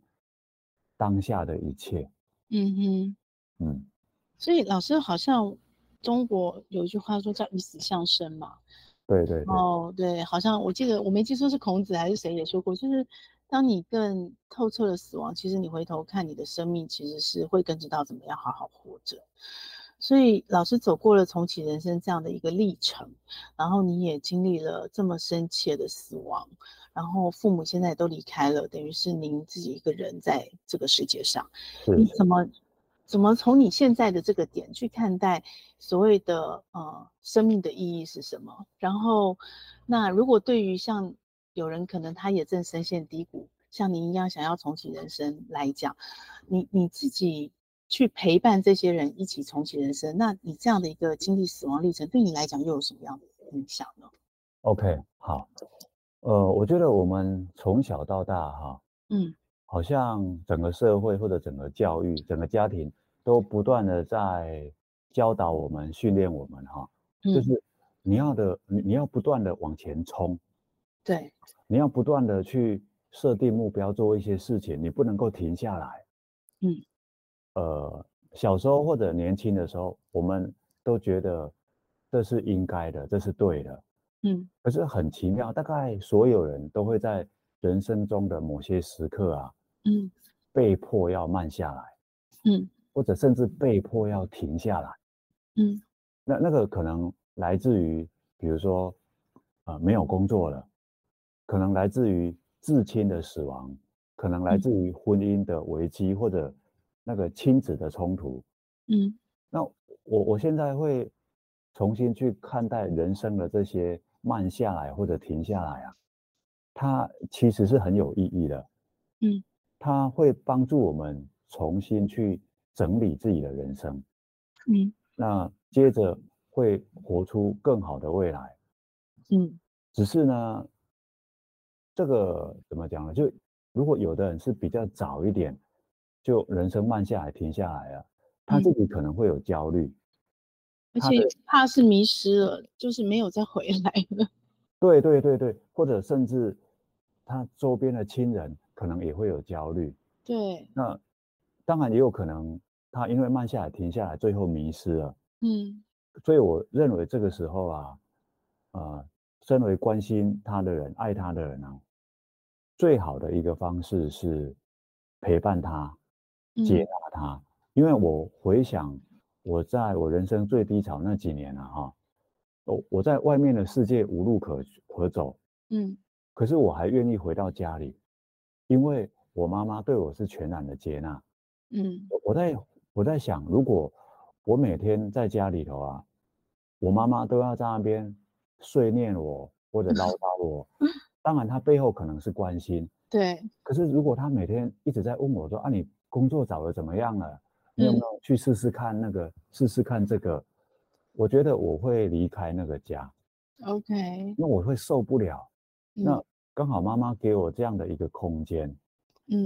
S1: 当下的一切。
S2: 嗯哼，
S1: 嗯，
S2: 所以老师好像中国有一句话说叫以死相生嘛。
S1: 对对对，
S2: 哦，对，好像我记得我没记错是孔子还是谁也说过，就是当你更透彻的死亡，其实你回头看你的生命，其实是会更知道怎么样好好活着。所以老师走过了重启人生这样的一个历程，然后你也经历了这么深切的死亡，然后父母现在也都离开了，等于是您自己一个人在这个世界上。
S1: 是
S2: 你怎么怎么从你现在的这个点去看待所谓的呃生命的意义是什么？然后，那如果对于像有人可能他也正深陷低谷，像您一样想要重启人生来讲，你你自己去陪伴这些人一起重启人生，那你这样的一个经历死亡历程，对你来讲又有什么样的影响呢？
S1: OK，好，呃，我觉得我们从小到大哈，
S2: 嗯
S1: 好像整个社会或者整个教育、整个家庭都不断的在教导我们、训练我们哈，就
S2: 嗯，
S1: 是你要的，你你要不断的往前冲，
S2: 对，
S1: 你要不断的去设定目标，做一些事情，你不能够停下来。
S2: 嗯，
S1: 呃，小时候或者年轻的时候，我们都觉得这是应该的，这是对的。
S2: 嗯
S1: 可是很奇妙，大概所有人都会在人生中的某些时刻啊，
S2: 嗯
S1: 被迫要慢下来，
S2: 嗯
S1: 或者甚至被迫要停下来。
S2: 嗯
S1: 那那个可能来自于，比如说，呃，没有工作了，可能来自于至亲的死亡，可能来
S2: 嗯
S1: 自于婚姻的危机，或者那个亲子的冲突。
S2: 嗯
S1: 那我我现在会重新去看待人生的这些慢下来或者停下来啊，它其实是很有意义的。
S2: 嗯，
S1: 它会帮助我们重新去整理自己的人生，
S2: 嗯
S1: 那接着会活出更好的未来。
S2: 嗯
S1: 只是呢，这个怎么讲呢？就如果有的人是比较早一点，就人生慢下来停下来了，他自
S2: 嗯
S1: 己可能会有焦虑。
S2: 而
S1: 他
S2: 且
S1: 的
S2: 怕是迷失了，就是没有再回来了。
S1: 对对对对，或者甚至他周边的亲人可能也会有焦虑。
S2: 对，
S1: 那当然也有可能他因为慢下来、停下来，最后迷失了。
S2: 嗯
S1: 所以我认为这个时候啊，呃，身为关心他的人、爱他的人啊，最好的一个方式是陪伴他、接
S2: 嗯
S1: 纳他。因为我回想我在我人生最低潮那几年啊，哈，我我在外面的世界无路可可走，
S2: 嗯
S1: 可是我还愿意回到家里，因为我妈妈对我是全然的接纳。
S2: 嗯
S1: 我我在我在想，如果我每天在家里头啊，我妈妈都要在那边碎念我或者唠叨我，当然她背后可能是关心，
S2: 对，
S1: 可是如果她每天一直在问我说啊，你工作找的怎么样了？你有没
S2: 嗯
S1: 有去试试看那个，试试看这个？我觉得我会离开那个家，
S2: ，OK，
S1: 因为我会受不了。那
S2: 嗯
S1: 刚好妈妈给我这样的一个空间，
S2: 嗯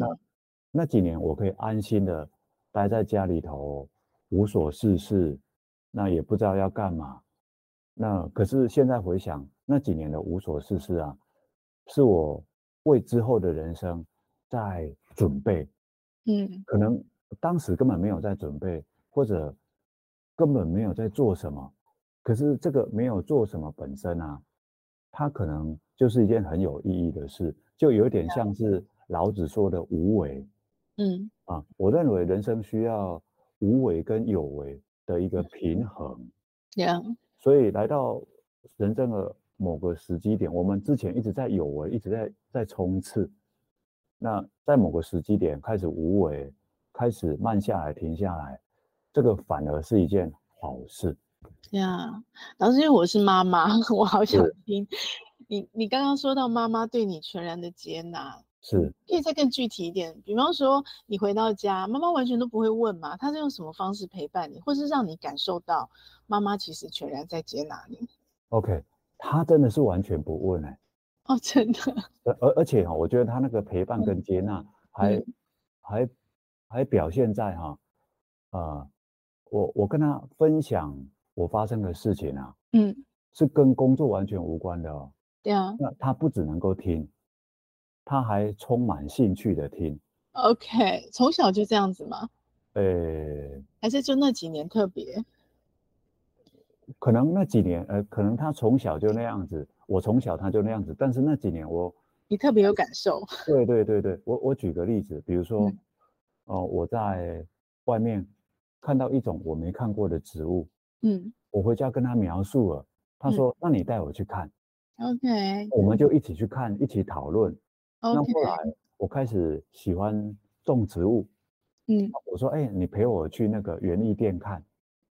S1: 那几年我可以安心的待在家里头，无所事事，那也不知道要干嘛。那可是现在回想那几年的无所事事啊，是我为之后的人生在准备，
S2: 嗯
S1: 可能当时根本没有在准备，或者根本没有在做什么。可是这个没有做什么本身啊，它可能就是一件很有意义的事，就有点像是老子说的无为
S2: 嗯
S1: 啊。我认为人生需要无为跟有为的一个平衡。
S2: ，Yeah，
S1: 所以来到人生的某个时机点，我们之前一直在有为，一直在在冲刺。那在某个时机点开始无为，开始慢下来、停下来，这个反而是一件好事。
S2: 呀，老师，因为我是妈 妈，我好想
S1: 是
S2: 听你。你刚刚说到妈妈对你全然的接纳，
S1: 是
S2: 可以再更具体一点。比方说，你回到家，妈妈完全都不会问嘛，她是用什么方式陪伴你，或是让你感受到妈妈其实全然在接纳你？
S1: OK，他真的是完全不问哎、
S2: 哦，真的，
S1: 而而而且哈、我觉得他那个陪伴跟接纳还、
S2: 嗯
S1: 还还表现在哈、啊，呃，我我跟他分享我发生的事情啊，
S2: 嗯，
S1: 是跟工作完全无关的哦。
S2: 对啊
S1: 那他不只能够听，他还充满兴趣的听。
S2: ，OK，从小就这样子吗？
S1: 呃，
S2: 还是就那几年特别？
S1: 可能那几年，呃，可能他从小就那样子，我从小他就那样子，但是那几年我，
S2: 你特别有感受？
S1: 对对对对，我我举个例子，比如说，
S2: 嗯
S1: 哦、我在外面看到一种我没看过的植物，
S2: 嗯
S1: 我回家跟他描述了，他
S2: 嗯
S1: 说：“那你带我去看。
S2: ，OK，OK，
S1: 我们就一起去看，一起讨论。那后来我开始喜欢种植物，
S2: 嗯
S1: 我说：“哎、你陪我去那个园艺店看。”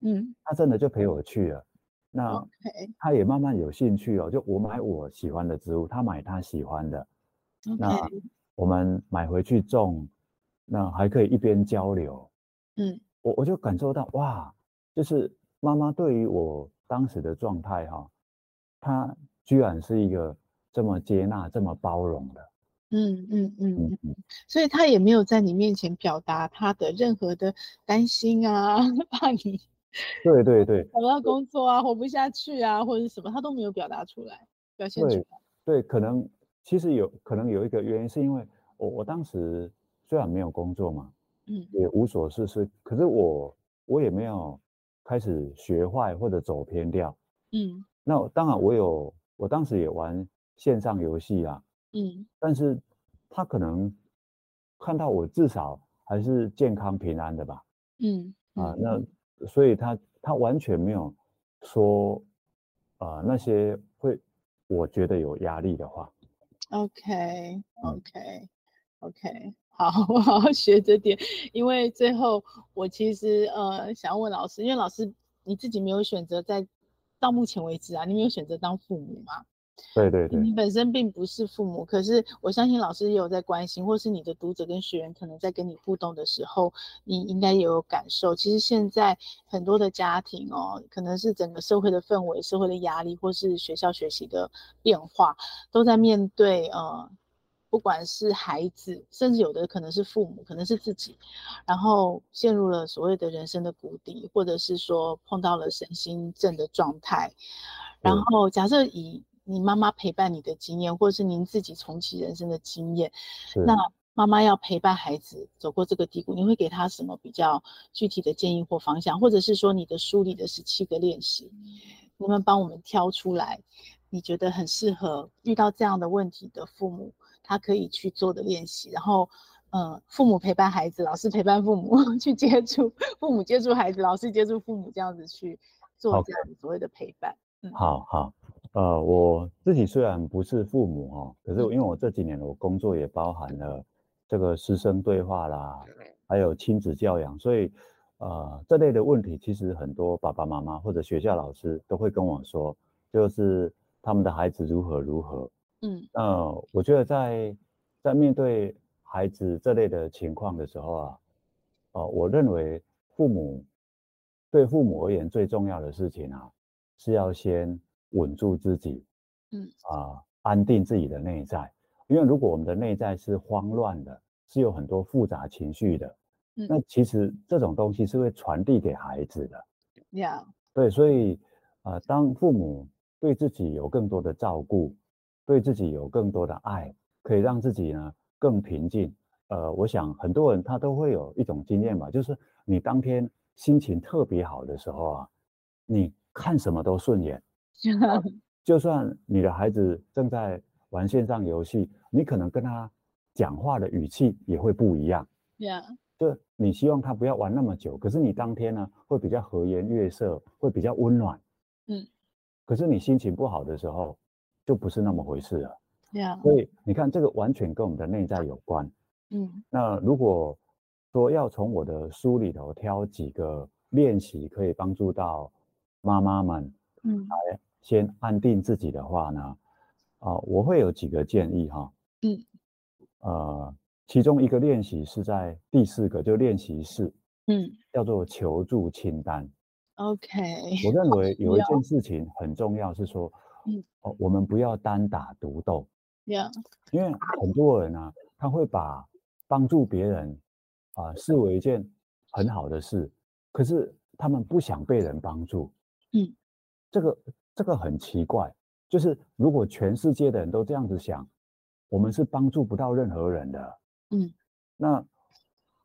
S2: 嗯
S1: 他真的就陪我去了。
S2: 哦
S1: 那
S2: ，OK，OK，
S1: 他也慢慢有兴趣哦，就我买我喜欢的植物，他买他喜欢的，那
S2: 嗯
S1: 我们买回去种，那还可以一边交流。
S2: 嗯
S1: 我我就感受到哇，就是妈妈对于我当时的状态哈、她居然是一个这么接纳、这么包容的。
S2: 嗯嗯嗯
S1: 嗯，嗯
S2: 所以他也没有在你面前表达他的任何的担心啊， 怕你
S1: 对对对，
S2: 找不到工作啊，活不下去啊，或者是什么，他都没有表达出来，表现出
S1: 对
S2: 来。
S1: 对，可能其实有可能有一个原因，是因为我我当时虽然没有工作嘛，
S2: 嗯
S1: 也无所事事，可是我我也没有开始学坏或者走偏掉。
S2: 嗯
S1: 那当然我有，我当时也玩线上游戏啊，
S2: 嗯
S1: 但是他可能看到我至少还是健康平安的吧，
S2: 嗯
S1: 啊，
S2: 嗯
S1: 那所以他他完全没有说啊、呃那些会我觉得有压力的话。
S2: ，OK OK OK，好， 我好好学着点，因为最后我其实呃想要问老师，因为老师你自己没有选择在到目前为止啊，你没有选择当父母嘛？
S1: 对对对，
S2: 你本身并不是父母，可是我相信老师也有在关心，或是你的读者跟学员可能在跟你互动的时候，你应该也有感受。其实现在很多的家庭哦，可能是整个社会的氛围、社会的压力，或是学校学习的变化，都在面对呃，不管是孩子，甚至有的可能是父母，可能是自己，然后陷入了所谓的人生的谷底，或者是说碰到了身心症的状态。然
S1: 对
S2: 后，假设以你妈妈陪伴你的经验，或者是您自己重启人生的经验，
S1: 是
S2: 那妈妈要陪伴孩子走过这个低谷，你会给他什么比较具体的建议或方向，或者是说你的书里的十七个练习，你们帮我们挑出来，你觉得很适合遇到这样的问题的父母，他可以去做的练习，然后。呃，父母陪伴孩子，老师陪伴父母 去接触，父母接触孩子，老师接触父母，这样子去做
S1: OK
S2: 这样子所谓的陪伴。
S1: 好好，呃，我自己虽然不是父母哦，可是因为我这几年我工作也包含了这个师生对话啦，还有亲子教养，所以呃这类的问题，其实很多爸爸妈妈或者学校老师都会跟我说，就是他们的孩子如何如何。
S2: 嗯
S1: 呃，我觉得在在面对孩子这类的情况的时候啊，呃，我认为父母对父母而言最重要的事情啊，是要先稳住自己，
S2: 嗯
S1: 啊、安定自己的内在。因为如果我们的内在是慌乱的，是有很多复杂情绪的，
S2: 嗯
S1: 那其实这种东西是会传递给孩子的。
S2: ，Yeah，
S1: 对，所以啊、呃当父母对自己有更多的照顾，对自己有更多的爱，可以让自己呢更平静。呃，我想很多人他都会有一种经验吧，就是你当天心情特别好的时候啊，你看什么都顺眼。 就算你的孩子正在玩线上游戏，你可能跟他讲话的语气也会不一样。
S2: yeah.
S1: 就你希望他不要玩那么久，可是你当天呢会比较和颜悦色，会比较温暖。
S2: 嗯，
S1: 可是你心情不好的时候，就不是那么回事了。
S2: Yeah.
S1: 所以你看，这个完全跟我们的内在有关。
S2: 嗯
S1: 那如果说要从我的书里头挑几个练习可以帮助到妈妈们
S2: 嗯
S1: 先安定自己的话呢，啊、我会有几个建议哈。
S2: 嗯。
S1: 呃，其中一个练习是在第四个，就练习四，
S2: 嗯
S1: 叫做求助清单。
S2: ，OK。
S1: 我认为有一
S2: 哦要
S1: 件事情很重要，是说，
S2: 嗯
S1: 哦，我们不要单打独斗，
S2: Yeah.
S1: 因为很多人啊，他会把帮助别人啊、视为一件很好的事，可是他们不想被人帮助。
S2: 嗯，
S1: 这个这个很奇怪，就是如果全世界的人都这样子想，我们是帮助不到任何人的。
S2: 嗯，
S1: 那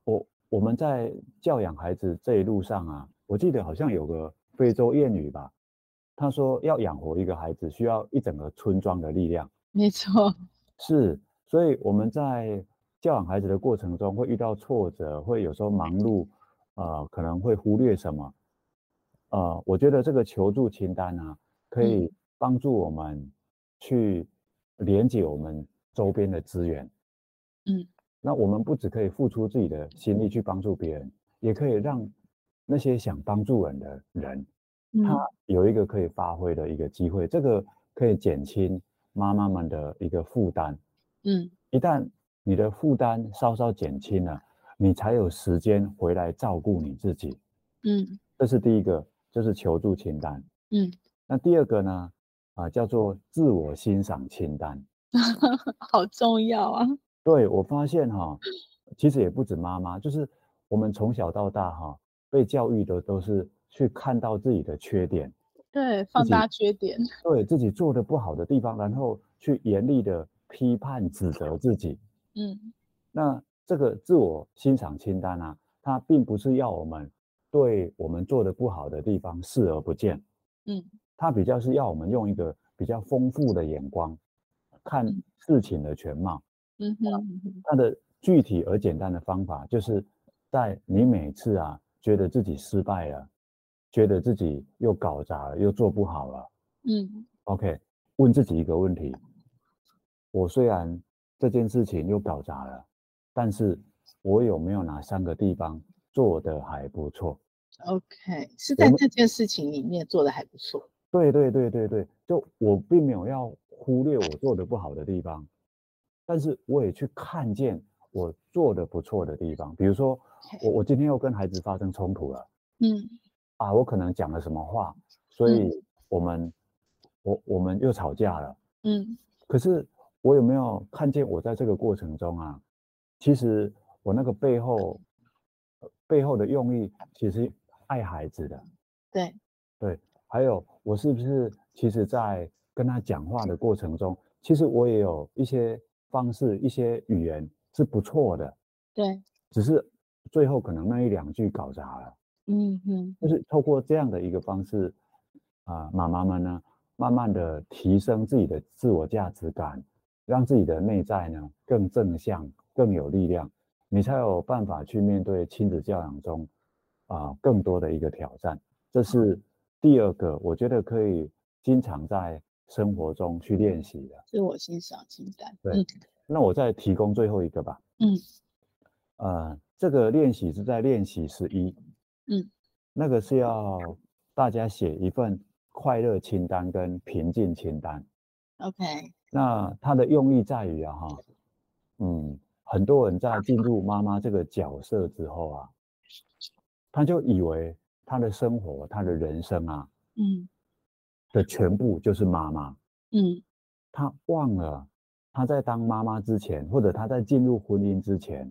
S1: 我我们在教养孩子这一路上啊，我记得好像有个非洲谚语吧，他说要养活一个孩子，需要一整个村庄的力量。
S2: 没错。
S1: 是，所以我们在教养孩子的过程中会遇到挫折，会有时候忙碌，呃，可能会忽略什么，呃，我觉得这个求助清单啊，可
S2: 嗯
S1: 以帮助我们去连接我们周边的资源。
S2: 嗯，
S1: 那我们不只可以付出自己的心力去帮助别人，也可以让那些想帮助人的人
S2: 嗯
S1: 他有一个可以发挥的一个机会，这个可以减轻妈妈们的一个负担。
S2: 嗯
S1: 一旦你的负担稍稍减轻了，你才有时间回来照顾你自己。
S2: 嗯
S1: 这是第一个，就是求助清单。
S2: 嗯
S1: 那第二个呢？啊、叫做自我欣赏清单。
S2: 好重要啊。
S1: 对我发现哈、其实也不止妈妈，就是我们从小到大哈、被教育的都是去看到自己的缺点，
S2: 对，放
S1: 己
S2: 大缺点。
S1: 对自己做的不好的地方，然后去严厉的批判指责自己。
S2: 嗯
S1: 那这个自我欣赏清单啊，它并不是要我们对我们做的不好的地方视而不见，
S2: 嗯
S1: 它比较是要我们用一个比较丰富的眼光看
S2: 嗯
S1: 事情的全貌。
S2: 嗯哼嗯哼
S1: 它的具体而简单的方法，就是在你每次啊觉得自己失败了，觉得自己又搞砸了，又做不好了。
S2: 嗯
S1: OK，问自己一个问题：我虽然这件事情又搞砸了，但是我有没有哪三个地方做得还不错？
S2: ，OK，是
S1: 我
S2: 在
S1: 们
S2: 这件事情里面做的还不错。
S1: 对对对对对，就我并没有要忽略我做的不好的地方，但是我也去看见我做的不错的地方。比如说，我我今天又跟孩子发生冲突了。
S2: 嗯
S1: 啊，我可能讲了什么话，所
S2: 嗯
S1: 以我们、我我们又吵架了。
S2: 嗯
S1: 可是我有没有看见我在这个过程中啊，其实我那个背后呃背后的用意，其实爱孩子的。
S2: 对，
S1: 对，还有我是不是其实在跟他讲话的过程中，其实我也有一些方式、一些语言是不错的，
S2: 对，
S1: 只是最后可能那一两句搞砸了。
S2: 嗯哼，
S1: 就是透过这样的一个方式，啊、妈妈们呢，慢慢的提升自己的自我价值感，让自己的内在呢更正向、更有力量，你才有办法去面对亲子教养中啊、更多的一个挑战。这是第二个，我觉得可以经常在生活中去练习的。
S2: 自我欣赏清单。
S1: 对
S2: 嗯
S1: 那我再提供最后一个吧。
S2: 嗯
S1: 呃，这个练习是在练习十一，
S2: 嗯，
S1: 那个是要大家写一份快乐清单跟平静清单。
S2: ，OK，
S1: 那它的用意在于啊哈，嗯，很多人在进入妈妈这个角色之后啊，他就以为他的生活、他的人生啊
S2: 嗯
S1: 的全部就是妈妈，
S2: 嗯
S1: 他忘了他在当妈妈之前，或者他在进入婚姻之前，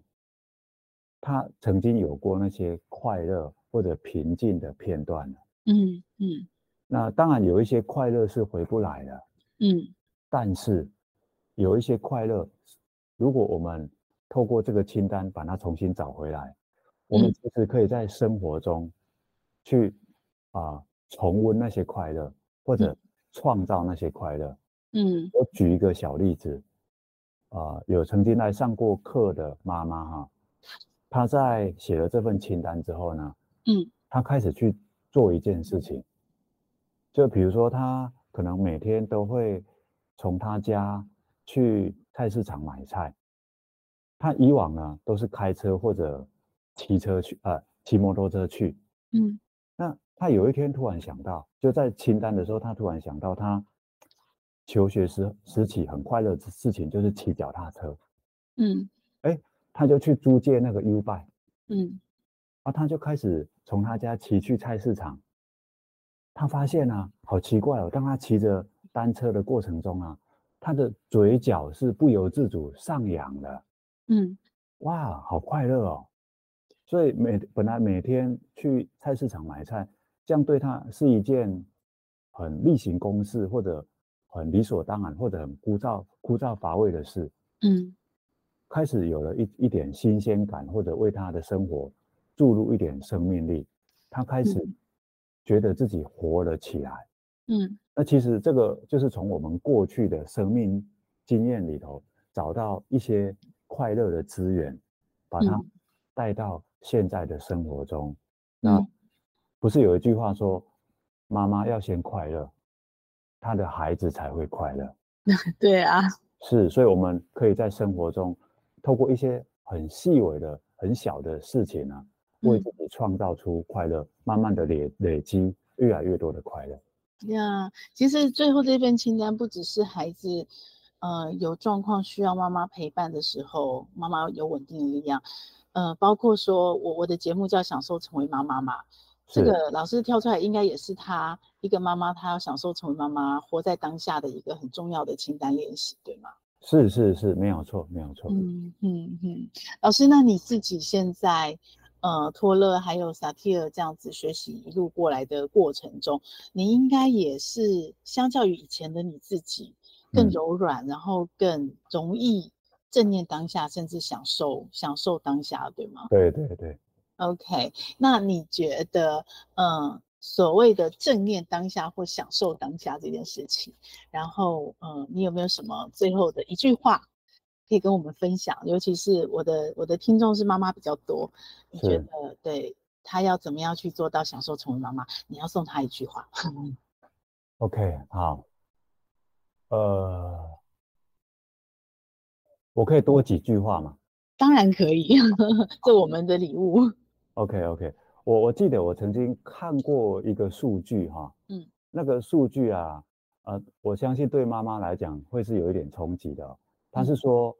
S1: 他曾经有过那些快乐或者平静的片段了
S2: 嗯嗯
S1: 那当然有一些快乐是回不来的，
S2: 嗯
S1: 但是有一些快乐，如果我们透过这个清单把它重新找回来，我们
S2: 嗯
S1: 其实可以在生活中去啊、重温那些快乐，或者
S2: 嗯
S1: 创造那些快乐。
S2: 嗯
S1: 我举一个小例子，啊、有曾经来上过课的妈妈哈，她在写了这份清单之后呢，
S2: 嗯，
S1: 她开始去做一件事情，就比如说她可能每天都会从她家去菜市场买菜，她以往呢都是开车或者骑车去，呃，骑摩托车去，
S2: 嗯
S1: 那他有一天突然想到，就在清单的时候，他突然想到他求学时时期很快乐的事情就是骑脚踏车，
S2: 嗯
S1: 他就去租借那个 U bike，
S2: 嗯
S1: 啊，他就开始从他家骑去菜市场。他发现啊，好奇怪哦，当他骑着单车的过程中啊，他的嘴角是不由自主上扬的。
S2: 嗯
S1: 哇，好快乐哦！所以每本来每天去菜市场买菜，这样对他是一件很例行公事，或者很理所当然，或者很枯燥、枯燥乏味的事。
S2: 嗯
S1: 开始有了一一点新鲜感，或者为他的生活注入一点生命力，他开始
S2: 嗯
S1: 觉得自己活了起来。
S2: 嗯
S1: 那其实这个就是从我们过去的生命经验里头找到一些快乐的资源，把它
S2: 嗯
S1: 带到现在的生活中。那
S2: 嗯
S1: 不是有一句话说，妈妈要先快乐，她的孩子才会快乐。
S2: 对啊，
S1: 是，所以我们可以在生活中透过一些很细微的、很小的事情呢、啊，为
S2: 嗯
S1: 自己创造出快乐，慢慢的累累积越来越多的快乐。
S2: 呀其实最后这份清单不只是孩子，呃，有状况需要妈妈陪伴的时候，妈妈有稳定的力量，呃，包括说我我的节目叫享受成为妈妈嘛，这
S1: 是
S2: 个老师跳出来应该也是她一个妈妈，她要享受成为妈妈，活在当下的一个很重要的清单练习，对吗？
S1: 是是是，没有错，没有错。
S2: 嗯嗯嗯，老师，那你自己现在，呃，托勒还有萨提尔这样子学习一路过来的过程中，你应该也是相较于以前的你自己更
S1: 嗯
S2: 柔软，然后更容易正念当下，甚至享受享受当下，对吗
S1: 对对对，
S2: ？OK，那你觉得，呃，所谓的正念当下或享受当下这件事情，然后，呃，你有没有什么最后的一句话可以跟我们分享？尤其是我的我的听众是妈妈比较多，你觉
S1: 是
S2: 得对她要怎么样去做到享受成为妈妈？你要送她一句话。
S1: OK，好。呃，我可以多几句话吗
S2: 当然可以，这我们的礼物。
S1: ？OK OK，我我记得我曾经看过一个数据哈，
S2: 嗯，
S1: 那个数据啊，呃，我相信对妈妈来讲会是有一点冲击的哦。它是
S2: 嗯
S1: 说，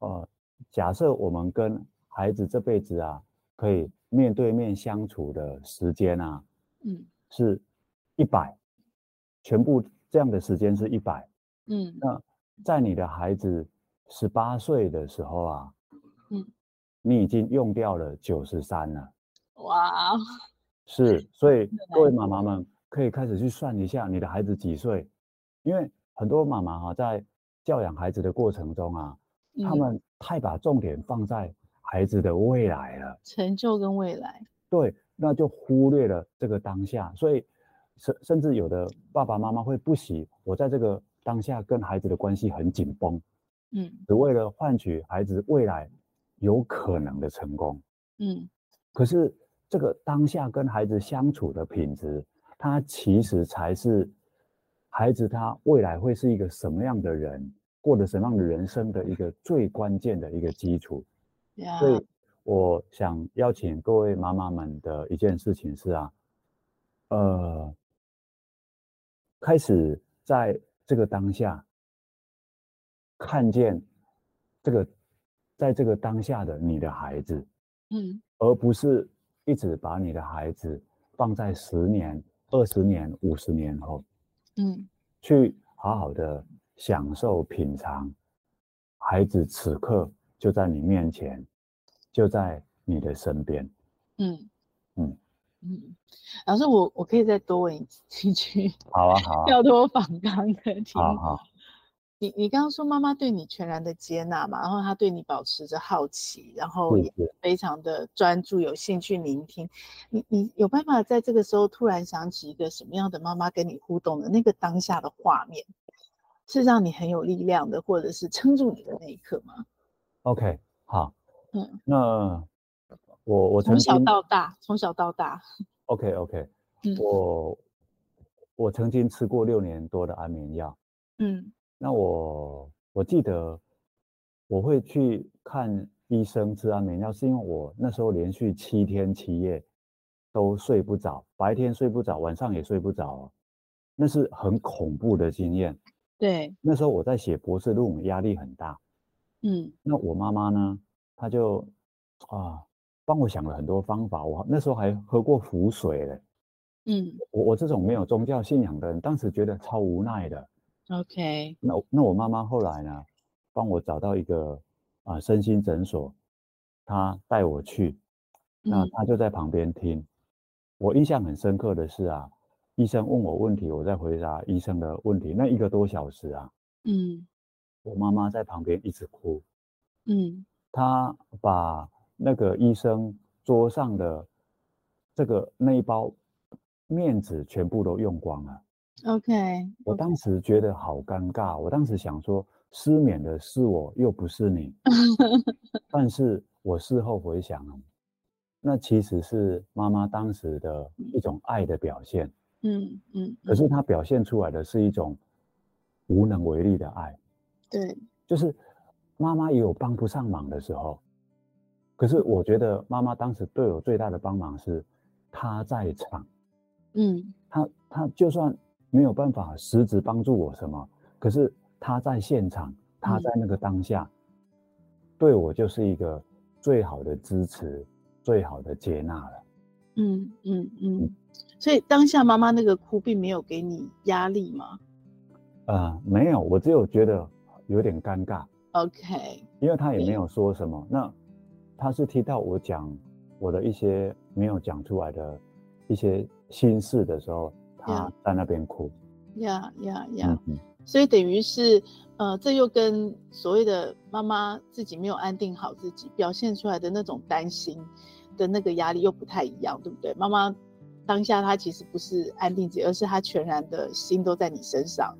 S1: 呃，假设我们跟孩子这辈子啊，可以面对面相处的时间啊，
S2: 嗯
S1: 是一百，全部这样的时间是一百。
S2: 嗯
S1: 在你的孩子十八岁的时候啊，
S2: 嗯，
S1: 你已经用掉了九十三了，
S2: 哇，哦
S1: 是，所以各位
S2: 难
S1: 妈妈们可以开始去算一下你的孩子几岁，因为很多妈妈哈、在教养孩子的过程中啊，他
S2: 嗯
S1: 们太把重点放在孩子的未来了。
S2: 成就跟未来，
S1: 对，那就忽略了这个当下，所以甚甚至有的爸爸妈妈会不惜我在这个当下跟孩子的关系很紧绷，
S2: 嗯
S1: 只为了换取孩子未来有可能的成功。
S2: 嗯
S1: 可是这个当下跟孩子相处的品质，它其实才是孩子他未来会是一个什么样的人，过着什么样的人生的一个最关键的一个基础。
S2: 呀，
S1: 所以我想邀请各位妈妈们的一件事情是啊，呃，开始在这个当下看见这个，在这个当下的你的孩子，
S2: 嗯
S1: 而不是一直把你的孩子放在十年、二十年、五十年后。
S2: 嗯
S1: 去好好的享受品尝，孩子此刻就在你面前，就在你的身边。
S2: 嗯
S1: 嗯
S2: 嗯，老师，我我可以再多问一一句，
S1: 好啊，好啊，
S2: 跳脱访纲的题
S1: 好
S2: 目
S1: 好，
S2: 你你刚刚说妈妈对你全然的接纳嘛，然后她对你保持着好奇，然后
S1: 是
S2: 也
S1: 是
S2: 非常的专注，有兴趣聆听。你你有办法在这个时候突然想起一个什么样的妈妈跟你互动的那个当下的画面，是让你很有力量的，或者是撑住你的那一刻吗？
S1: OK，好，
S2: 嗯，
S1: 那我我曾
S2: 从小
S1: 经
S2: 到大，从小到大，
S1: OK OK，
S2: 嗯
S1: 我我曾经吃过六年多的安眠药，
S2: 嗯
S1: 那我我记得我会去看医生吃安眠药，是因为我那时候连续七天七夜都睡不着，白天睡不着，晚上也睡不着哦，那是很恐怖的经验。
S2: 对，
S1: 那时候我在写博士论文，压力很大。
S2: 嗯
S1: 那我妈妈呢，她就啊帮我想了很多方法，我那时候还喝过符水嘞。
S2: 嗯
S1: 我我这种没有宗教信仰的人，当时觉得超无奈的。
S2: ，OK，
S1: 那我那我妈妈后来呢，帮我找到一个啊、身心诊所，她带我去，那
S2: 嗯
S1: 她就在旁边听。我印象很深刻的是啊，医生问我问题，我在回答医生的问题。那一个多小时啊，
S2: 嗯
S1: 我妈妈在旁边一直哭，
S2: 嗯
S1: 她把那个医生桌上的这个那一包面纸全部都用光了。
S2: ，OK，
S1: 我当时觉得好尴尬，我当时想说，失眠的是我，又不是你。但是我事后回想啊，那其实是妈妈当时的一种爱的表现，
S2: 嗯嗯，
S1: 可是她表现出来的是一种无能为力的爱，
S2: 对，
S1: 就是妈妈也有帮不上忙的时候。可是我觉得妈妈当时对我最大的帮忙是她在场。
S2: 嗯
S1: 他他就算没有办法实质帮助我什么，可是他在现场，他
S2: 嗯
S1: 在那个当下，对我就是一个最好的支持，最好的接纳了。
S2: 嗯嗯嗯，所以当下妈妈那个哭并没有给你压力嘛
S1: 呃，没有，我只有觉得有点尴尬，
S2: ？OK，
S1: 因为他也没
S2: 对
S1: 有说什么。那他是听到我讲我的一些没有讲出来的一些心事的时候，他在那边哭。
S2: 呀呀呀
S1: 嗯，嗯，
S2: 所以等于是呃，这又跟所谓的妈妈自己没有安定好自己表现出来的那种担心的那个压力又不太一样，对不对？妈妈。当下她其实不是安定自己，而是她全然的心都在你身上，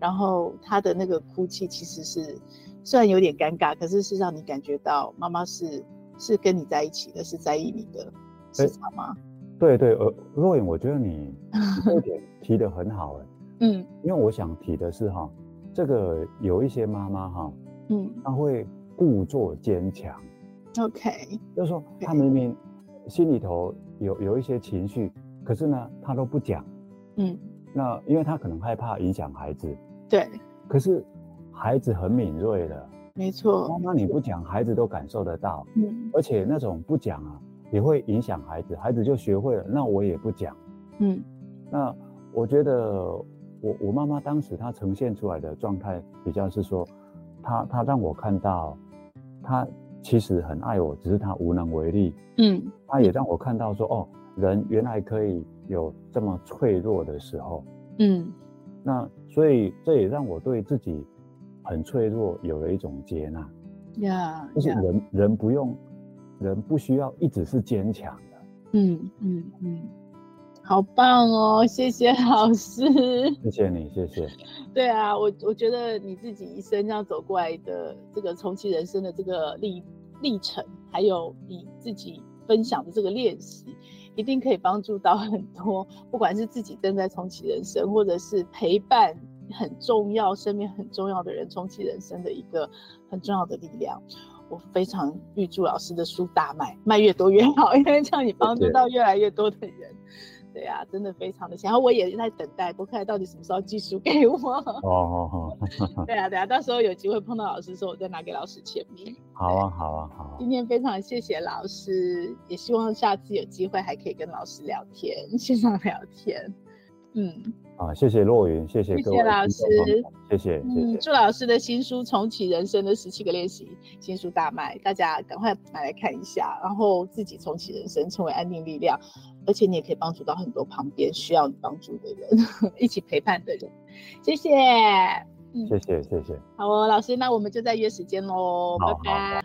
S2: 然后她的那个哭泣其实是虽然有点尴尬，可是是让你感觉到妈妈是是跟你在一起的，是在意你的，是
S1: 哎
S2: 这样吗？
S1: 对对，呃，若隐，我觉得你你这一点提得很好、哎。
S2: 嗯
S1: 因为我想提的是哈，这个有一些妈妈哈，
S2: 嗯
S1: 她会故作坚强，
S2: ，OK，
S1: 就是说她
S2: 对
S1: 明明心里头有有一些情绪，可是呢，她都不讲。
S2: 嗯，
S1: 那因为她可能害怕影响孩子，
S2: 对，
S1: 可是孩子很敏锐的，
S2: 没错
S1: 妈，妈你不讲，孩子都感受得到，
S2: 嗯
S1: 而且那种不讲啊，也会影响孩子，孩子就学会了，那我也不讲。
S2: 嗯
S1: 那我觉得我我妈妈当时她呈现出来的状态比较是说，她她让我看到，她其实很爱我，只是她无能为力。
S2: 嗯
S1: 她也让我看到说，哦，人原来可以有这么脆弱的时候。
S2: 嗯
S1: 那所以这也让我对自己很脆弱有了一种接纳，
S2: 呀
S1: 就是
S2: 呀，
S1: 人人不用，人不需要一直是坚强的。
S2: 嗯嗯嗯，好棒哦，谢谢老师。
S1: 谢谢你，谢谢。
S2: 对啊，我我觉得你自己一生这样走过来的这个重启人生的这个历历程，还有你自己分享的这个练习，一定可以帮助到很多，不管是自己正在重启人生，或者是陪伴很重要、生命很重要的人重启人生的一个很重要的力量。我非常预祝老师的书大卖，卖越多越好，因为这样你帮助
S1: 谢
S2: 到越来越多的人。对啊，真的非常的想，然后我也在等待，博客来到底什么时候寄书给我？
S1: 哦哦 哦，
S2: 对啊，对啊，到时候有机会碰到老师的时候，我再拿给老师签名。
S1: 好啊，好啊，好啊。
S2: 今天非常谢谢老师，也希望下次有机会还可以跟老师聊天， 线上聊天。嗯
S1: 啊，谢谢若云，谢谢
S2: 谢
S1: 各
S2: 谢
S1: 位
S2: 老
S1: 听众朋
S2: 师
S1: 友谢谢谢
S2: 嗯，
S1: 谢，
S2: 祝老师的新书《重启人生的十七个练习》新书大卖，大家赶快买来看一下，然后自己重启人生，成为安定力量，而且你也可以帮助到 很多旁边需要你帮助的人，一起陪伴的人。谢谢，
S4: 嗯
S1: 谢谢谢谢，
S4: 好哦，老师，那我们就再约时间喽，
S1: 好
S4: 拜
S1: 好
S4: 拜。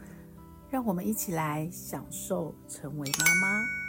S5: 让我们一起来享受成为妈妈。